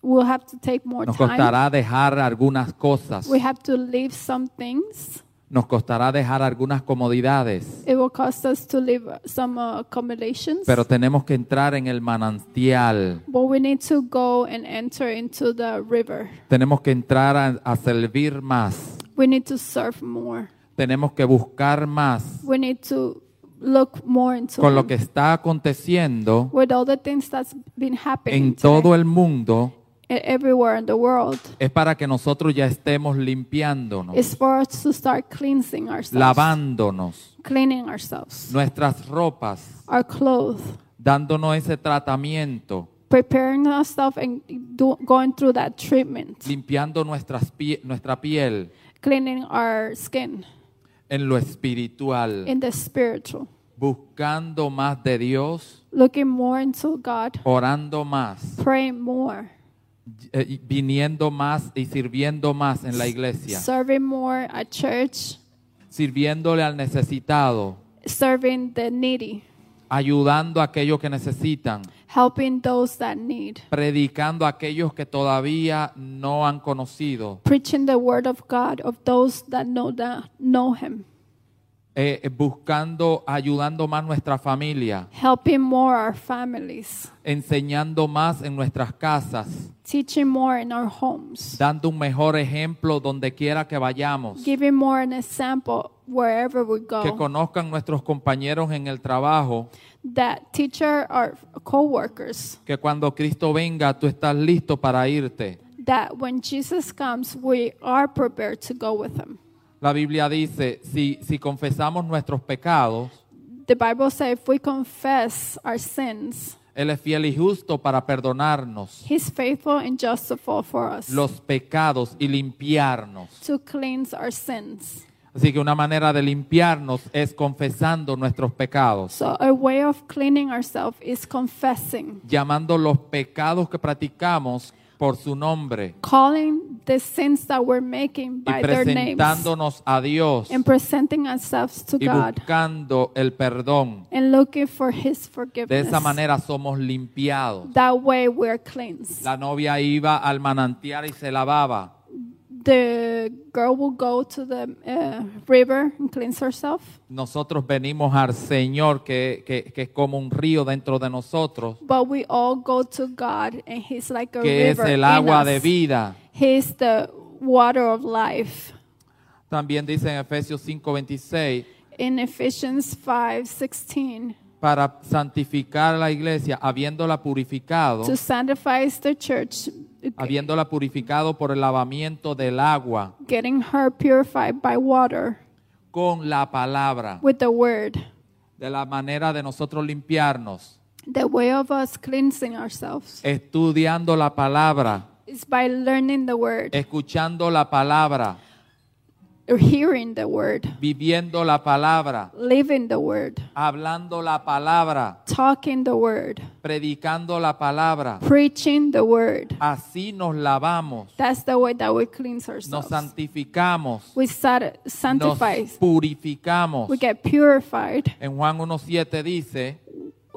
[SPEAKER 2] we'll have to take more
[SPEAKER 1] Nos
[SPEAKER 2] time.
[SPEAKER 1] costará dejar algunas cosas.
[SPEAKER 2] We have to leave some things.
[SPEAKER 1] Nos costará dejar algunas comodidades.
[SPEAKER 2] It will cost us to leave some uh, accommodations.
[SPEAKER 1] Pero tenemos que entrar en el manantial.
[SPEAKER 2] But we need to go and enter into the river.
[SPEAKER 1] Tenemos que entrar a, a servir más.
[SPEAKER 2] We need to serve more.
[SPEAKER 1] Tenemos que buscar más.
[SPEAKER 2] We need to look more into
[SPEAKER 1] Con lo
[SPEAKER 2] Him.
[SPEAKER 1] que está aconteciendo
[SPEAKER 2] with all the things that's been happening
[SPEAKER 1] en
[SPEAKER 2] today,
[SPEAKER 1] todo el mundo
[SPEAKER 2] e- everywhere in the world.
[SPEAKER 1] es para que nosotros ya estemos limpiándonos,
[SPEAKER 2] It's for us to start cleansing ourselves,
[SPEAKER 1] lavándonos
[SPEAKER 2] cleaning ourselves,
[SPEAKER 1] nuestras ropas,
[SPEAKER 2] our clothes,
[SPEAKER 1] dándonos ese tratamiento,
[SPEAKER 2] preparing ourselves and do, going through that treatment,
[SPEAKER 1] limpiando nuestras pie- nuestra piel
[SPEAKER 2] cleaning our skin
[SPEAKER 1] en lo espiritual,
[SPEAKER 2] in the spiritual,
[SPEAKER 1] buscando más de Dios,
[SPEAKER 2] looking more into God,
[SPEAKER 1] orando más.
[SPEAKER 2] praying more,
[SPEAKER 1] eh, y viniendo más y sirviendo más en la iglesia,
[SPEAKER 2] serving more at church,
[SPEAKER 1] sirviéndole al necesitado,
[SPEAKER 2] serving the needy,
[SPEAKER 1] ayudando a aquellos que necesitan,
[SPEAKER 2] helping those that need,
[SPEAKER 1] predicando a aquellos que todavía no han conocido,
[SPEAKER 2] preaching the word of God of those that know that know Him.
[SPEAKER 1] eh, eh, buscando, ayudando más nuestra familia,
[SPEAKER 2] helping more our families,
[SPEAKER 1] enseñando más en nuestras casas,
[SPEAKER 2] teaching more in our homes,
[SPEAKER 1] dando un mejor ejemplo donde quiera que vayamos,
[SPEAKER 2] giving more an example wherever we
[SPEAKER 1] que
[SPEAKER 2] go.
[SPEAKER 1] conozcan nuestros compañeros en el trabajo,
[SPEAKER 2] That teacher our co-workers
[SPEAKER 1] que cuando Cristo venga tú estás listo para irte.
[SPEAKER 2] that when Jesus comes, we are prepared to go with him.
[SPEAKER 1] La Biblia dice, si, si confesamos nuestros pecados,
[SPEAKER 2] The Bible says if we confess our sins,
[SPEAKER 1] Él es fiel y justo para perdonarnos
[SPEAKER 2] he's faithful and just to fall for us
[SPEAKER 1] los pecados y limpiarnos.
[SPEAKER 2] to cleanse our sins.
[SPEAKER 1] Así que una manera de limpiarnos es confesando nuestros pecados,
[SPEAKER 2] So a way of cleaning ourselves is confessing,
[SPEAKER 1] llamando los pecados que practicamos por su nombre
[SPEAKER 2] calling the sins that we're making
[SPEAKER 1] y
[SPEAKER 2] by their names.
[SPEAKER 1] presentándonos a Dios
[SPEAKER 2] and presenting ourselves to
[SPEAKER 1] y
[SPEAKER 2] God
[SPEAKER 1] buscando el perdón.
[SPEAKER 2] and looking for His
[SPEAKER 1] De
[SPEAKER 2] forgiveness.
[SPEAKER 1] esa manera somos limpiados.
[SPEAKER 2] that way we're cleansed.
[SPEAKER 1] La novia iba al manantial y se lavaba.
[SPEAKER 2] the girl will go to the uh, river and cleanse herself,
[SPEAKER 1] Nosotros venimos al Señor, que, que- que es como un río dentro de nosotros,
[SPEAKER 2] but we all go to God, and He's like a
[SPEAKER 1] que es
[SPEAKER 2] river.
[SPEAKER 1] el
[SPEAKER 2] in
[SPEAKER 1] agua
[SPEAKER 2] us.
[SPEAKER 1] de vida.
[SPEAKER 2] He's the water of life.
[SPEAKER 1] También dice en Efesios 5:26,
[SPEAKER 2] In Ephesians 5:16,
[SPEAKER 1] para santificar la iglesia, habiéndola purificado,
[SPEAKER 2] to sanctify the church,
[SPEAKER 1] habiéndola purificado por el lavamiento del agua
[SPEAKER 2] getting her purified by water
[SPEAKER 1] con la palabra,
[SPEAKER 2] with the word.
[SPEAKER 1] de la manera de nosotros limpiarnos,
[SPEAKER 2] The way of us cleansing ourselves
[SPEAKER 1] estudiando la palabra,
[SPEAKER 2] is by learning the word,
[SPEAKER 1] Eh. escuchando la palabra,
[SPEAKER 2] or hearing the word,
[SPEAKER 1] viviendo la palabra,
[SPEAKER 2] living the word,
[SPEAKER 1] hablando la palabra,
[SPEAKER 2] talking the word,
[SPEAKER 1] predicando la palabra.
[SPEAKER 2] preaching the word.
[SPEAKER 1] Así nos lavamos,
[SPEAKER 2] That's the way that we cleanse
[SPEAKER 1] nos
[SPEAKER 2] ourselves.
[SPEAKER 1] santificamos,
[SPEAKER 2] We sat-
[SPEAKER 1] nos
[SPEAKER 2] sanctify.
[SPEAKER 1] purificamos.
[SPEAKER 2] We get purified.
[SPEAKER 1] En Juan 1.7 dice,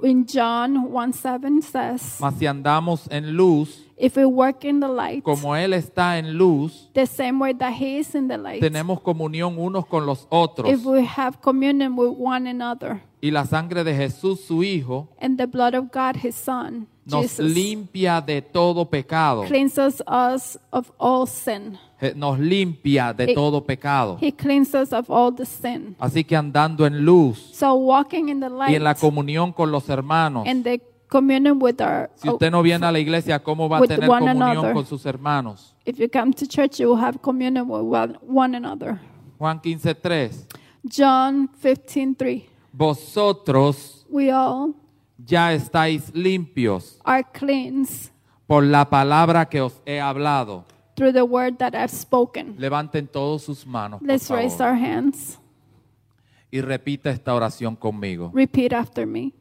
[SPEAKER 2] In John 1 7 says,
[SPEAKER 1] mas si andamos en luz,
[SPEAKER 2] If we walk in the light,
[SPEAKER 1] como Él está en luz,
[SPEAKER 2] the same way that He is in the light,
[SPEAKER 1] tenemos comunión unos con los otros.
[SPEAKER 2] if we have communion with one another,
[SPEAKER 1] Y la sangre de Jesús, su Hijo,
[SPEAKER 2] and the blood of God, His Son,
[SPEAKER 1] nos
[SPEAKER 2] Jesus,
[SPEAKER 1] limpia de todo pecado.
[SPEAKER 2] cleanses us of all sin.
[SPEAKER 1] Je- Nos limpia de
[SPEAKER 2] It-
[SPEAKER 1] todo pecado.
[SPEAKER 2] He cleanses of all the sin.
[SPEAKER 1] Así que andando en luz
[SPEAKER 2] So walking in the
[SPEAKER 1] y en la
[SPEAKER 2] light
[SPEAKER 1] comunión con los hermanos.
[SPEAKER 2] and the communion with our,
[SPEAKER 1] Si usted no viene a la iglesia, ¿cómo va a
[SPEAKER 2] With
[SPEAKER 1] tener
[SPEAKER 2] one
[SPEAKER 1] comunión
[SPEAKER 2] another.
[SPEAKER 1] con sus hermanos?
[SPEAKER 2] if you come to church, you will have communion with one, one another.
[SPEAKER 1] Juan 15:3.
[SPEAKER 2] John 15:3.
[SPEAKER 1] Vosotros
[SPEAKER 2] We all
[SPEAKER 1] ya estáis limpios
[SPEAKER 2] are cleansed
[SPEAKER 1] por la palabra que os he hablado.
[SPEAKER 2] through the word that I've spoken.
[SPEAKER 1] Levanten todos sus manos por
[SPEAKER 2] Let's raise
[SPEAKER 1] favor,
[SPEAKER 2] our hands.
[SPEAKER 1] y repita esta oración conmigo.
[SPEAKER 2] Repeat after me.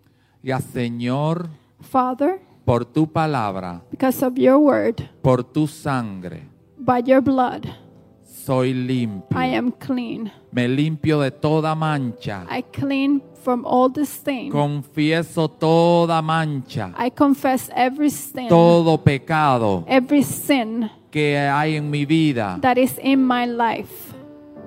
[SPEAKER 1] Ya Señor,
[SPEAKER 2] Father,
[SPEAKER 1] por tu palabra,
[SPEAKER 2] because of your word,
[SPEAKER 1] por tu sangre,
[SPEAKER 2] by your blood,
[SPEAKER 1] soy limpio.
[SPEAKER 2] I am clean.
[SPEAKER 1] Me limpio de toda mancha.
[SPEAKER 2] I clean from all the stain.
[SPEAKER 1] Confieso toda mancha,
[SPEAKER 2] I confess every sin,
[SPEAKER 1] todo pecado
[SPEAKER 2] every sin
[SPEAKER 1] que hay en mi vida,
[SPEAKER 2] that is in my life,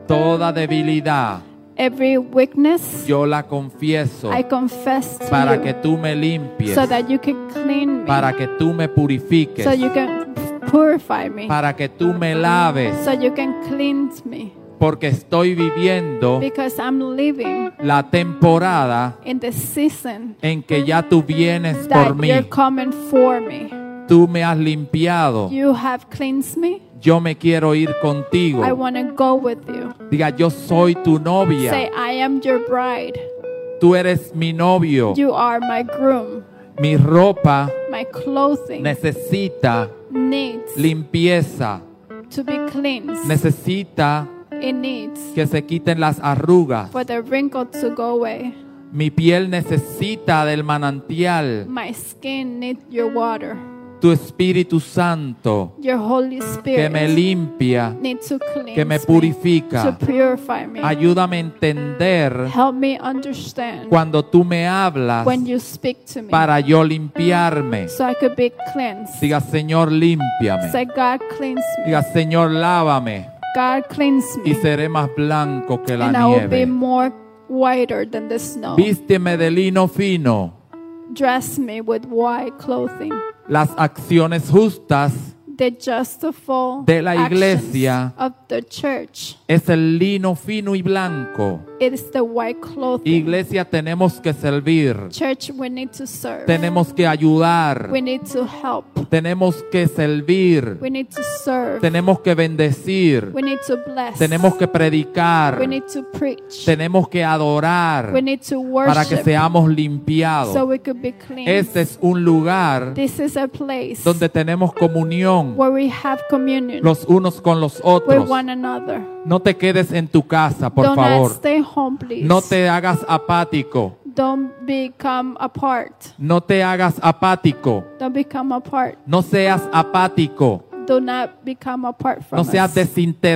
[SPEAKER 1] toda debilidad.
[SPEAKER 2] every weakness.
[SPEAKER 1] Yo la confieso
[SPEAKER 2] I confess to
[SPEAKER 1] para
[SPEAKER 2] you
[SPEAKER 1] que tú me limpies,
[SPEAKER 2] so that you can clean me,
[SPEAKER 1] para que tú me purifiques,
[SPEAKER 2] so you can purify me,
[SPEAKER 1] para que tú me laves,
[SPEAKER 2] so you can cleanse me,
[SPEAKER 1] porque estoy viviendo
[SPEAKER 2] because I'm living
[SPEAKER 1] la temporada
[SPEAKER 2] in the season
[SPEAKER 1] en que ya tú vienes por
[SPEAKER 2] that
[SPEAKER 1] mí.
[SPEAKER 2] you're coming for me.
[SPEAKER 1] Tú me has limpiado.
[SPEAKER 2] You have cleansed me.
[SPEAKER 1] Yo me quiero ir contigo.
[SPEAKER 2] I want to go with you.
[SPEAKER 1] Diga, yo soy tu novia.
[SPEAKER 2] Say, I am your bride.
[SPEAKER 1] Tú eres mi novio.
[SPEAKER 2] You are my groom.
[SPEAKER 1] Mi ropa
[SPEAKER 2] My clothing
[SPEAKER 1] necesita
[SPEAKER 2] needs
[SPEAKER 1] limpieza.
[SPEAKER 2] to be cleansed.
[SPEAKER 1] Necesita
[SPEAKER 2] It needs
[SPEAKER 1] que se quiten las arrugas.
[SPEAKER 2] for the wrinkle to go away.
[SPEAKER 1] Mi piel necesita del manantial.
[SPEAKER 2] My skin needs your water.
[SPEAKER 1] Tu Espíritu Santo
[SPEAKER 2] Your Holy
[SPEAKER 1] que me
[SPEAKER 2] Spirit
[SPEAKER 1] limpia,
[SPEAKER 2] needs to cleanse
[SPEAKER 1] que me
[SPEAKER 2] to
[SPEAKER 1] purifica.
[SPEAKER 2] purify me.
[SPEAKER 1] Ayúdame a entender
[SPEAKER 2] Help me understand
[SPEAKER 1] cuando tú me hablas
[SPEAKER 2] when you speak to me
[SPEAKER 1] para yo limpiarme.
[SPEAKER 2] so I could be cleansed.
[SPEAKER 1] Diga, Señor, límpiame.
[SPEAKER 2] Say, God, cleanse me.
[SPEAKER 1] Diga, Señor, lávame
[SPEAKER 2] God, cleanse
[SPEAKER 1] y
[SPEAKER 2] me.
[SPEAKER 1] seré más blanco que la
[SPEAKER 2] and I will be
[SPEAKER 1] nieve.
[SPEAKER 2] more whiter than the snow.
[SPEAKER 1] Vísteme de lino fino.
[SPEAKER 2] Dress me with white clothing.
[SPEAKER 1] Las acciones justas
[SPEAKER 2] The justifiable
[SPEAKER 1] De la
[SPEAKER 2] actions
[SPEAKER 1] iglesia.
[SPEAKER 2] of the church.
[SPEAKER 1] es el lino fino y blanco.
[SPEAKER 2] It is the white clothing.
[SPEAKER 1] Iglesia, tenemos que servir.
[SPEAKER 2] Church, we need to serve.
[SPEAKER 1] Tenemos que ayudar.
[SPEAKER 2] we need to help.
[SPEAKER 1] Tenemos que servir.
[SPEAKER 2] We need to serve.
[SPEAKER 1] Tenemos que bendecir.
[SPEAKER 2] we need to bless.
[SPEAKER 1] Tenemos que predicar.
[SPEAKER 2] we need to preach.
[SPEAKER 1] Tenemos que adorar
[SPEAKER 2] we need to worship.
[SPEAKER 1] para que seamos
[SPEAKER 2] so
[SPEAKER 1] limpiados.
[SPEAKER 2] we could be clean.
[SPEAKER 1] Este es un lugar
[SPEAKER 2] this is a place
[SPEAKER 1] donde tenemos comunión
[SPEAKER 2] where we have communion
[SPEAKER 1] los unos con los
[SPEAKER 2] with
[SPEAKER 1] otros.
[SPEAKER 2] one another.
[SPEAKER 1] No te quedes en tu casa, por
[SPEAKER 2] Don't
[SPEAKER 1] favor.
[SPEAKER 2] stay home, please.
[SPEAKER 1] No te hagas apático.
[SPEAKER 2] Don't become apart.
[SPEAKER 1] No te hagas apático.
[SPEAKER 2] Don't become apart.
[SPEAKER 1] No seas apático.
[SPEAKER 2] Do not become apart from
[SPEAKER 1] No seas
[SPEAKER 2] us.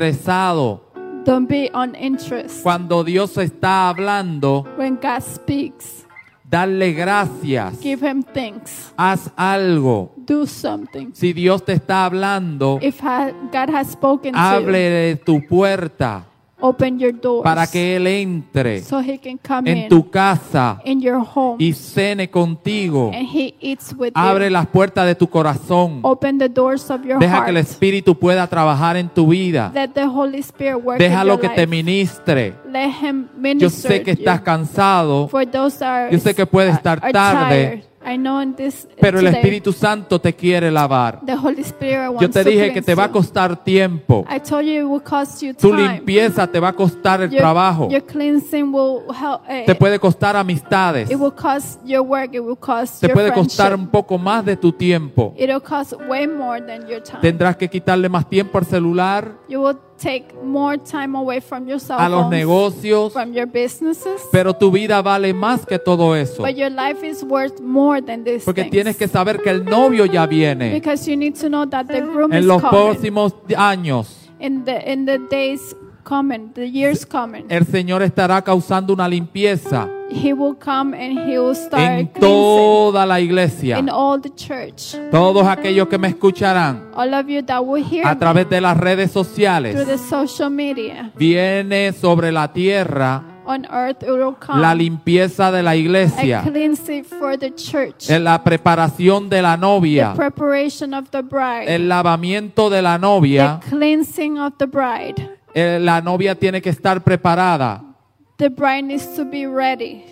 [SPEAKER 1] desinteresado.
[SPEAKER 2] Don't be on interest.
[SPEAKER 1] Cuando Dios está hablando,
[SPEAKER 2] When God speaks,
[SPEAKER 1] dale gracias.
[SPEAKER 2] give Him thanks.
[SPEAKER 1] Haz algo.
[SPEAKER 2] Do something.
[SPEAKER 1] Si Dios te está hablando,
[SPEAKER 2] If ha- God has spoken
[SPEAKER 1] hable
[SPEAKER 2] to you,
[SPEAKER 1] de tu puerta
[SPEAKER 2] open your doors
[SPEAKER 1] para que Él entre
[SPEAKER 2] so He can come
[SPEAKER 1] en
[SPEAKER 2] in
[SPEAKER 1] tu casa
[SPEAKER 2] in your home
[SPEAKER 1] y cene contigo.
[SPEAKER 2] and He eats with
[SPEAKER 1] Abre
[SPEAKER 2] you.
[SPEAKER 1] las puertas de tu corazón.
[SPEAKER 2] Open the doors of your
[SPEAKER 1] Deja
[SPEAKER 2] heart.
[SPEAKER 1] que el Espíritu pueda trabajar en tu vida.
[SPEAKER 2] Let the Holy Spirit work in your
[SPEAKER 1] Déjalo que te
[SPEAKER 2] life.
[SPEAKER 1] ministre.
[SPEAKER 2] Let Him
[SPEAKER 1] Yo
[SPEAKER 2] minister
[SPEAKER 1] sé que
[SPEAKER 2] to you.
[SPEAKER 1] estás cansado.
[SPEAKER 2] For those that are,
[SPEAKER 1] Yo sé que puede
[SPEAKER 2] are-
[SPEAKER 1] estar
[SPEAKER 2] are
[SPEAKER 1] tarde.
[SPEAKER 2] tired. I know in this uh,
[SPEAKER 1] Pero el
[SPEAKER 2] today,
[SPEAKER 1] Espíritu Santo te quiere lavar.
[SPEAKER 2] the Holy Spirit wants
[SPEAKER 1] Yo te
[SPEAKER 2] to
[SPEAKER 1] dije que
[SPEAKER 2] cleanse
[SPEAKER 1] te va a
[SPEAKER 2] you.
[SPEAKER 1] costar tiempo.
[SPEAKER 2] I told you it will cost you
[SPEAKER 1] Tu
[SPEAKER 2] time.
[SPEAKER 1] limpieza te va a costar el
[SPEAKER 2] your,
[SPEAKER 1] trabajo.
[SPEAKER 2] your cleansing will help. eh,
[SPEAKER 1] Te puede costar amistades.
[SPEAKER 2] it will cost your work. It will cost
[SPEAKER 1] Te
[SPEAKER 2] your
[SPEAKER 1] puede
[SPEAKER 2] friendship.
[SPEAKER 1] costar un poco más de tu tiempo.
[SPEAKER 2] It'll cost way more than your time.
[SPEAKER 1] Tendrás que quitarle más tiempo al celular,
[SPEAKER 2] you will take more time away from your cell
[SPEAKER 1] a los
[SPEAKER 2] phones,
[SPEAKER 1] negocios,
[SPEAKER 2] from your businesses.
[SPEAKER 1] pero tu vida vale más que todo eso.
[SPEAKER 2] but your life is worth more than this.
[SPEAKER 1] Porque tienes que saber que el novio ya viene
[SPEAKER 2] because you need to know that the groom
[SPEAKER 1] en
[SPEAKER 2] is
[SPEAKER 1] los
[SPEAKER 2] coming.
[SPEAKER 1] próximos años.
[SPEAKER 2] in the in the days coming, the years coming.
[SPEAKER 1] El Señor estará causando una limpieza
[SPEAKER 2] He will come and he will
[SPEAKER 1] en
[SPEAKER 2] start cleansing
[SPEAKER 1] toda la iglesia.
[SPEAKER 2] in all the church.
[SPEAKER 1] Todos aquellos que me escucharán
[SPEAKER 2] All of you that will hear
[SPEAKER 1] a
[SPEAKER 2] me
[SPEAKER 1] través de las redes
[SPEAKER 2] through the
[SPEAKER 1] sociales,
[SPEAKER 2] social media
[SPEAKER 1] viene sobre la tierra
[SPEAKER 2] on earth, it will come
[SPEAKER 1] la limpieza de la
[SPEAKER 2] Ah. a
[SPEAKER 1] iglesia,
[SPEAKER 2] cleansing for the church,
[SPEAKER 1] en la preparación de la novia,
[SPEAKER 2] the preparation of the bride,
[SPEAKER 1] el lavamiento de la novia.
[SPEAKER 2] the cleansing of the bride.
[SPEAKER 1] eh, La novia tiene que estar preparada.
[SPEAKER 2] The bride needs to be ready.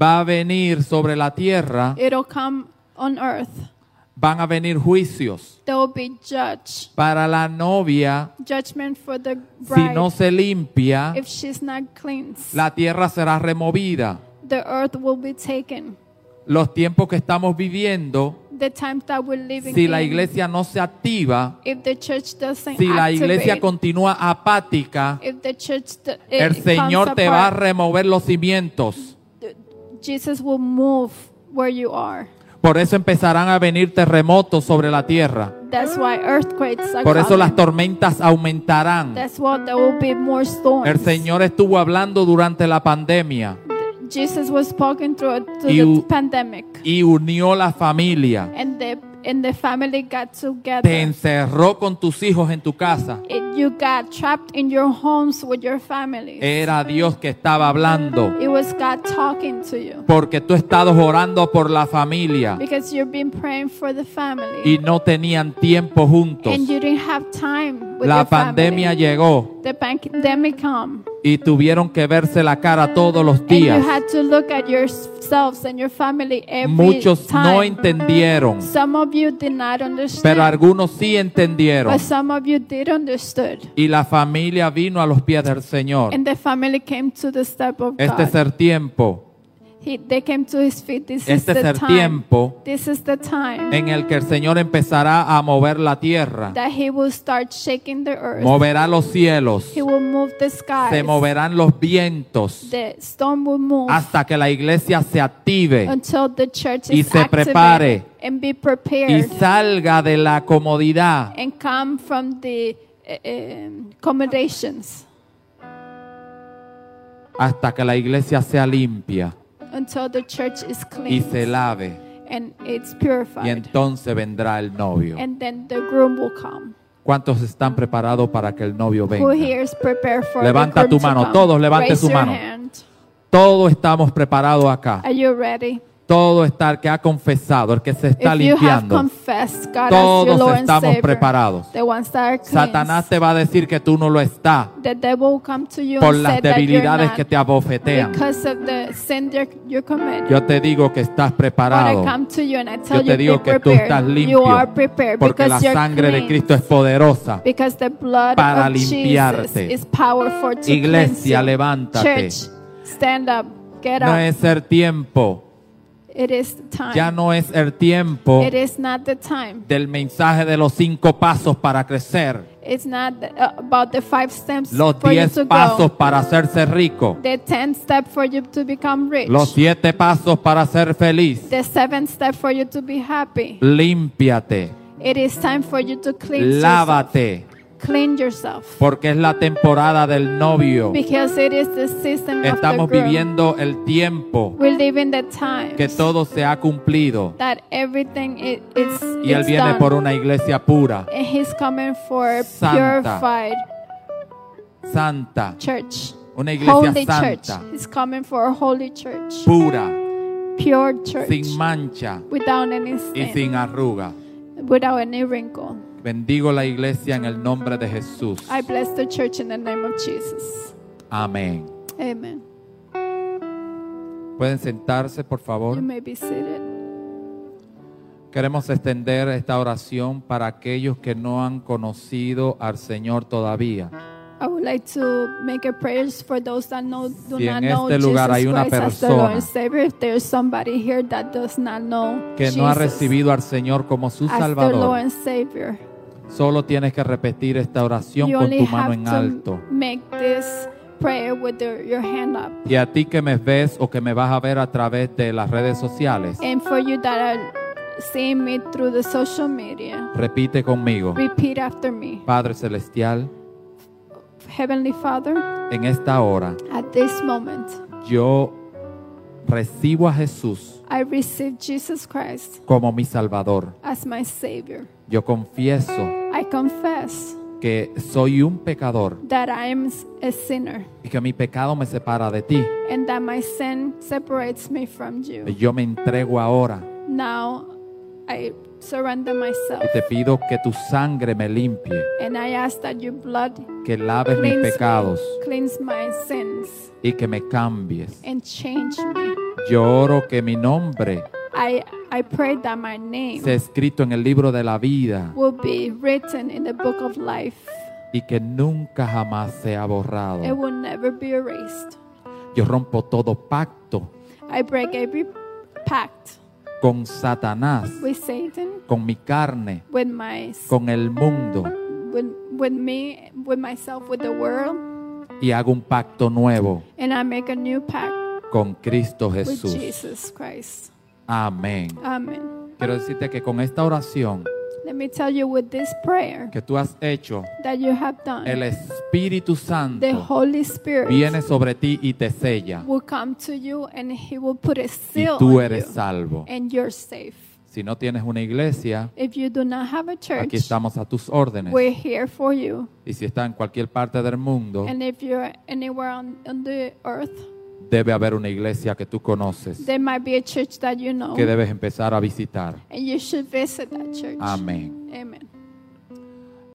[SPEAKER 1] Va a venir sobre la tierra,
[SPEAKER 2] It'll come on earth.
[SPEAKER 1] van a venir juicios.
[SPEAKER 2] There will be judge,
[SPEAKER 1] Para la novia,
[SPEAKER 2] judgment for the
[SPEAKER 1] si
[SPEAKER 2] bride.
[SPEAKER 1] no se limpia,
[SPEAKER 2] if she's not cleansed,
[SPEAKER 1] la tierra será removida.
[SPEAKER 2] the earth will be taken.
[SPEAKER 1] Los tiempos que estamos viviendo,
[SPEAKER 2] The time that we're living
[SPEAKER 1] si la
[SPEAKER 2] in,
[SPEAKER 1] iglesia no se activa,
[SPEAKER 2] if the church doesn't
[SPEAKER 1] si la iglesia
[SPEAKER 2] activate,
[SPEAKER 1] continúa apática,
[SPEAKER 2] if the church d-
[SPEAKER 1] el
[SPEAKER 2] it comes
[SPEAKER 1] Señor te va a
[SPEAKER 2] apart,
[SPEAKER 1] remover los cimientos.
[SPEAKER 2] Jesus will move where you are.
[SPEAKER 1] Por eso empezarán a venir terremotos sobre la tierra.
[SPEAKER 2] That's why earthquakes are
[SPEAKER 1] Por eso las
[SPEAKER 2] coming.
[SPEAKER 1] tormentas aumentarán.
[SPEAKER 2] That's why there will be more storms.
[SPEAKER 1] El Señor estuvo hablando durante la pandemia
[SPEAKER 2] Jesus was spoken through, through
[SPEAKER 1] You-
[SPEAKER 2] the pandemic,
[SPEAKER 1] y unió la familia.
[SPEAKER 2] and the and the family got together.
[SPEAKER 1] Te encerró con tus hijos en tu casa.
[SPEAKER 2] It- you got trapped in your homes with your family.
[SPEAKER 1] Era Dios que estaba hablando.
[SPEAKER 2] It was God talking to you
[SPEAKER 1] Porque tú estabas orando por la familia
[SPEAKER 2] because you've been praying for the family
[SPEAKER 1] y no tenían tiempo juntos.
[SPEAKER 2] and you didn't have time with
[SPEAKER 1] La
[SPEAKER 2] your
[SPEAKER 1] pandemia
[SPEAKER 2] family.
[SPEAKER 1] llegó
[SPEAKER 2] The pandemic come
[SPEAKER 1] y tuvieron que verse la cara todos los
[SPEAKER 2] and you
[SPEAKER 1] días.
[SPEAKER 2] had to look at yourselves and your family every
[SPEAKER 1] Muchos no
[SPEAKER 2] time.
[SPEAKER 1] entendieron,
[SPEAKER 2] some of you did not
[SPEAKER 1] pero
[SPEAKER 2] understand,
[SPEAKER 1] algunos sí entendieron.
[SPEAKER 2] but some of you did understood.
[SPEAKER 1] Y la familia vino a los pies del Señor.
[SPEAKER 2] And the family came to the step of
[SPEAKER 1] Este es
[SPEAKER 2] God.
[SPEAKER 1] el tiempo.
[SPEAKER 2] He, they came to his feet. This is
[SPEAKER 1] Este es
[SPEAKER 2] the
[SPEAKER 1] el
[SPEAKER 2] time.
[SPEAKER 1] tiempo
[SPEAKER 2] This is the time
[SPEAKER 1] en el que el Señor empezará a mover la tierra,
[SPEAKER 2] that he will start shaking the earth.
[SPEAKER 1] moverá los cielos,
[SPEAKER 2] He will move the
[SPEAKER 1] se
[SPEAKER 2] skies.
[SPEAKER 1] moverán los vientos
[SPEAKER 2] The storm will move
[SPEAKER 1] hasta que la iglesia se active
[SPEAKER 2] until the church
[SPEAKER 1] y
[SPEAKER 2] is
[SPEAKER 1] se
[SPEAKER 2] activated
[SPEAKER 1] prepare.
[SPEAKER 2] and be
[SPEAKER 1] y
[SPEAKER 2] prepared
[SPEAKER 1] salga de la comodidad.
[SPEAKER 2] and come from the uh, accommodations
[SPEAKER 1] hasta que la iglesia sea limpia
[SPEAKER 2] until the church is
[SPEAKER 1] y
[SPEAKER 2] clean
[SPEAKER 1] se lave
[SPEAKER 2] and it's
[SPEAKER 1] y
[SPEAKER 2] purified.
[SPEAKER 1] entonces vendrá el novio.
[SPEAKER 2] And then the groom will come.
[SPEAKER 1] ¿Cuántos están preparados para que el novio
[SPEAKER 2] Who
[SPEAKER 1] venga?
[SPEAKER 2] here is prepared for
[SPEAKER 1] Levanta
[SPEAKER 2] the groom
[SPEAKER 1] tu mano.
[SPEAKER 2] to come?
[SPEAKER 1] Todos levanten
[SPEAKER 2] Raise
[SPEAKER 1] su
[SPEAKER 2] your
[SPEAKER 1] mano.
[SPEAKER 2] hand.
[SPEAKER 1] Todos estamos preparados acá.
[SPEAKER 2] Are you ready?
[SPEAKER 1] Todo está el que ha confesado, el que se está
[SPEAKER 2] If you have
[SPEAKER 1] limpiando.
[SPEAKER 2] confessed God as your
[SPEAKER 1] Todos
[SPEAKER 2] Lord and
[SPEAKER 1] estamos
[SPEAKER 2] Savior,
[SPEAKER 1] preparados.
[SPEAKER 2] the ones that are cleansed,
[SPEAKER 1] Satanás te va a decir que tú no lo estás
[SPEAKER 2] the devil will come to you
[SPEAKER 1] por
[SPEAKER 2] and
[SPEAKER 1] las
[SPEAKER 2] say that you're
[SPEAKER 1] debilidades
[SPEAKER 2] not
[SPEAKER 1] que te abofetean.
[SPEAKER 2] because of the sin that you committed.
[SPEAKER 1] Yo te digo que estás
[SPEAKER 2] But I
[SPEAKER 1] preparado.
[SPEAKER 2] come to you and I tell
[SPEAKER 1] Yo te
[SPEAKER 2] you, be
[SPEAKER 1] digo que tú estás
[SPEAKER 2] prepared.
[SPEAKER 1] limpio
[SPEAKER 2] you are prepared
[SPEAKER 1] porque
[SPEAKER 2] because
[SPEAKER 1] la
[SPEAKER 2] you're
[SPEAKER 1] sangre de
[SPEAKER 2] clean.
[SPEAKER 1] Cristo es poderosa.
[SPEAKER 2] Because the blood
[SPEAKER 1] para
[SPEAKER 2] of Jesus
[SPEAKER 1] limpiarte.
[SPEAKER 2] is powerful to cleanse you.
[SPEAKER 1] Iglesia, levántate.
[SPEAKER 2] Church, stand up, get
[SPEAKER 1] No
[SPEAKER 2] up.
[SPEAKER 1] es el tiempo,
[SPEAKER 2] it is the time.
[SPEAKER 1] ya no es el tiempo
[SPEAKER 2] It is not the time.
[SPEAKER 1] del mensaje de los cinco pasos para crecer,
[SPEAKER 2] It's not the- uh, about the five steps
[SPEAKER 1] los
[SPEAKER 2] for you
[SPEAKER 1] diez
[SPEAKER 2] to
[SPEAKER 1] pasos
[SPEAKER 2] go.
[SPEAKER 1] para hacerse rico,
[SPEAKER 2] The ten step for you to become rich.
[SPEAKER 1] los siete pasos para ser feliz.
[SPEAKER 2] the seventh step for you to be happy.
[SPEAKER 1] Límpiate,
[SPEAKER 2] It is time for you to clean yourself.
[SPEAKER 1] lávate,
[SPEAKER 2] Clean yourself.
[SPEAKER 1] porque es la temporada del novio.
[SPEAKER 2] Because it is the season
[SPEAKER 1] Estamos
[SPEAKER 2] of the groom.
[SPEAKER 1] viviendo el tiempo
[SPEAKER 2] We live in the time
[SPEAKER 1] que todo se ha cumplido
[SPEAKER 2] that everything is, is,
[SPEAKER 1] y él
[SPEAKER 2] is
[SPEAKER 1] viene
[SPEAKER 2] done.
[SPEAKER 1] por una iglesia pura,
[SPEAKER 2] and he's coming for
[SPEAKER 1] Santa.
[SPEAKER 2] purified
[SPEAKER 1] santa,
[SPEAKER 2] church.
[SPEAKER 1] una
[SPEAKER 2] Holy
[SPEAKER 1] iglesia
[SPEAKER 2] church.
[SPEAKER 1] santa,
[SPEAKER 2] He's coming for a holy church.
[SPEAKER 1] pura,
[SPEAKER 2] Pure church.
[SPEAKER 1] sin mancha.
[SPEAKER 2] without any
[SPEAKER 1] y
[SPEAKER 2] sin.
[SPEAKER 1] sin arruga.
[SPEAKER 2] Without any wrinkle.
[SPEAKER 1] Bendigo la iglesia en el nombre de Jesús.
[SPEAKER 2] I bless the church in the name of Jesus.
[SPEAKER 1] Amén.
[SPEAKER 2] Amen.
[SPEAKER 1] Pueden sentarse, por favor.
[SPEAKER 2] You may be seated.
[SPEAKER 1] Queremos extender esta oración para aquellos que no han conocido al Señor todavía.
[SPEAKER 2] I would like to make a prayer for those that know, do
[SPEAKER 1] Si
[SPEAKER 2] not
[SPEAKER 1] en
[SPEAKER 2] know
[SPEAKER 1] este lugar hay
[SPEAKER 2] Jesus
[SPEAKER 1] una
[SPEAKER 2] Christ as the Lord
[SPEAKER 1] persona
[SPEAKER 2] and Savior. If there's somebody here that does not know
[SPEAKER 1] Que
[SPEAKER 2] Jesus
[SPEAKER 1] no ha recibido al Señor como su
[SPEAKER 2] as their Lord
[SPEAKER 1] Salvador.
[SPEAKER 2] and Savior,
[SPEAKER 1] Solo tienes que repetir esta oración
[SPEAKER 2] you
[SPEAKER 1] con
[SPEAKER 2] only
[SPEAKER 1] tu mano
[SPEAKER 2] have
[SPEAKER 1] en
[SPEAKER 2] to
[SPEAKER 1] alto.
[SPEAKER 2] make this prayer with the- your hand up.
[SPEAKER 1] Y a ti que me ves o que me vas a ver a través de las redes sociales,
[SPEAKER 2] And for you that are seeing me through the social media,
[SPEAKER 1] repite conmigo.
[SPEAKER 2] repeat after me.
[SPEAKER 1] Padre Celestial,
[SPEAKER 2] Heavenly Father,
[SPEAKER 1] en esta hora
[SPEAKER 2] at this moment,
[SPEAKER 1] yo recibo a Jesús
[SPEAKER 2] I receive Jesus Christ
[SPEAKER 1] como mi Salvador.
[SPEAKER 2] as my Savior.
[SPEAKER 1] Yo confieso
[SPEAKER 2] I confess
[SPEAKER 1] que soy un pecador
[SPEAKER 2] that I am a sinner
[SPEAKER 1] y que mi pecado me separa de ti.
[SPEAKER 2] and that my sin separates me from you.
[SPEAKER 1] Yo me entrego ahora
[SPEAKER 2] Now I surrender myself
[SPEAKER 1] y te pido que tu sangre me limpie,
[SPEAKER 2] and I ask that your blood
[SPEAKER 1] que laves mis
[SPEAKER 2] cleanse,
[SPEAKER 1] pecados
[SPEAKER 2] me, cleanse my sins
[SPEAKER 1] y que me cambies.
[SPEAKER 2] and change me.
[SPEAKER 1] Yo oro que mi nombre
[SPEAKER 2] I, I pray that my name
[SPEAKER 1] sea escrito en el libro de la vida
[SPEAKER 2] will be written in the book of life.
[SPEAKER 1] y que nunca jamás sea
[SPEAKER 2] It
[SPEAKER 1] borrado.
[SPEAKER 2] will never be erased.
[SPEAKER 1] Yo rompo todo pacto
[SPEAKER 2] I break every pact
[SPEAKER 1] con Satanás,
[SPEAKER 2] with Satan,
[SPEAKER 1] con mi carne,
[SPEAKER 2] with my
[SPEAKER 1] con el mundo
[SPEAKER 2] with, with me, with myself, with the world,
[SPEAKER 1] y hago un pacto nuevo
[SPEAKER 2] and I make a new pact
[SPEAKER 1] con Cristo
[SPEAKER 2] with
[SPEAKER 1] Jesús.
[SPEAKER 2] Jesus Christ.
[SPEAKER 1] Amén.
[SPEAKER 2] Amen.
[SPEAKER 1] Quiero decirte que con esta oración
[SPEAKER 2] Let me tell you with this prayer
[SPEAKER 1] que tú has hecho,
[SPEAKER 2] that you have done,
[SPEAKER 1] el Espíritu
[SPEAKER 2] the
[SPEAKER 1] Santo
[SPEAKER 2] Holy Spirit
[SPEAKER 1] viene sobre ti y te sella
[SPEAKER 2] will come to you and he will put a
[SPEAKER 1] y
[SPEAKER 2] seal
[SPEAKER 1] tú
[SPEAKER 2] on
[SPEAKER 1] eres
[SPEAKER 2] you,
[SPEAKER 1] salvo.
[SPEAKER 2] and you're safe.
[SPEAKER 1] Si no tienes una iglesia,
[SPEAKER 2] If you do not have a church,
[SPEAKER 1] aquí estamos a tus órdenes.
[SPEAKER 2] we're here for you.
[SPEAKER 1] Y si está en cualquier parte del mundo,
[SPEAKER 2] And if you're anywhere on, on the earth,
[SPEAKER 1] debe haber una iglesia que tú conoces,
[SPEAKER 2] there might be a church that you know,
[SPEAKER 1] que debes empezar a visitar.
[SPEAKER 2] and you should visit that church.
[SPEAKER 1] Amén.
[SPEAKER 2] Amen.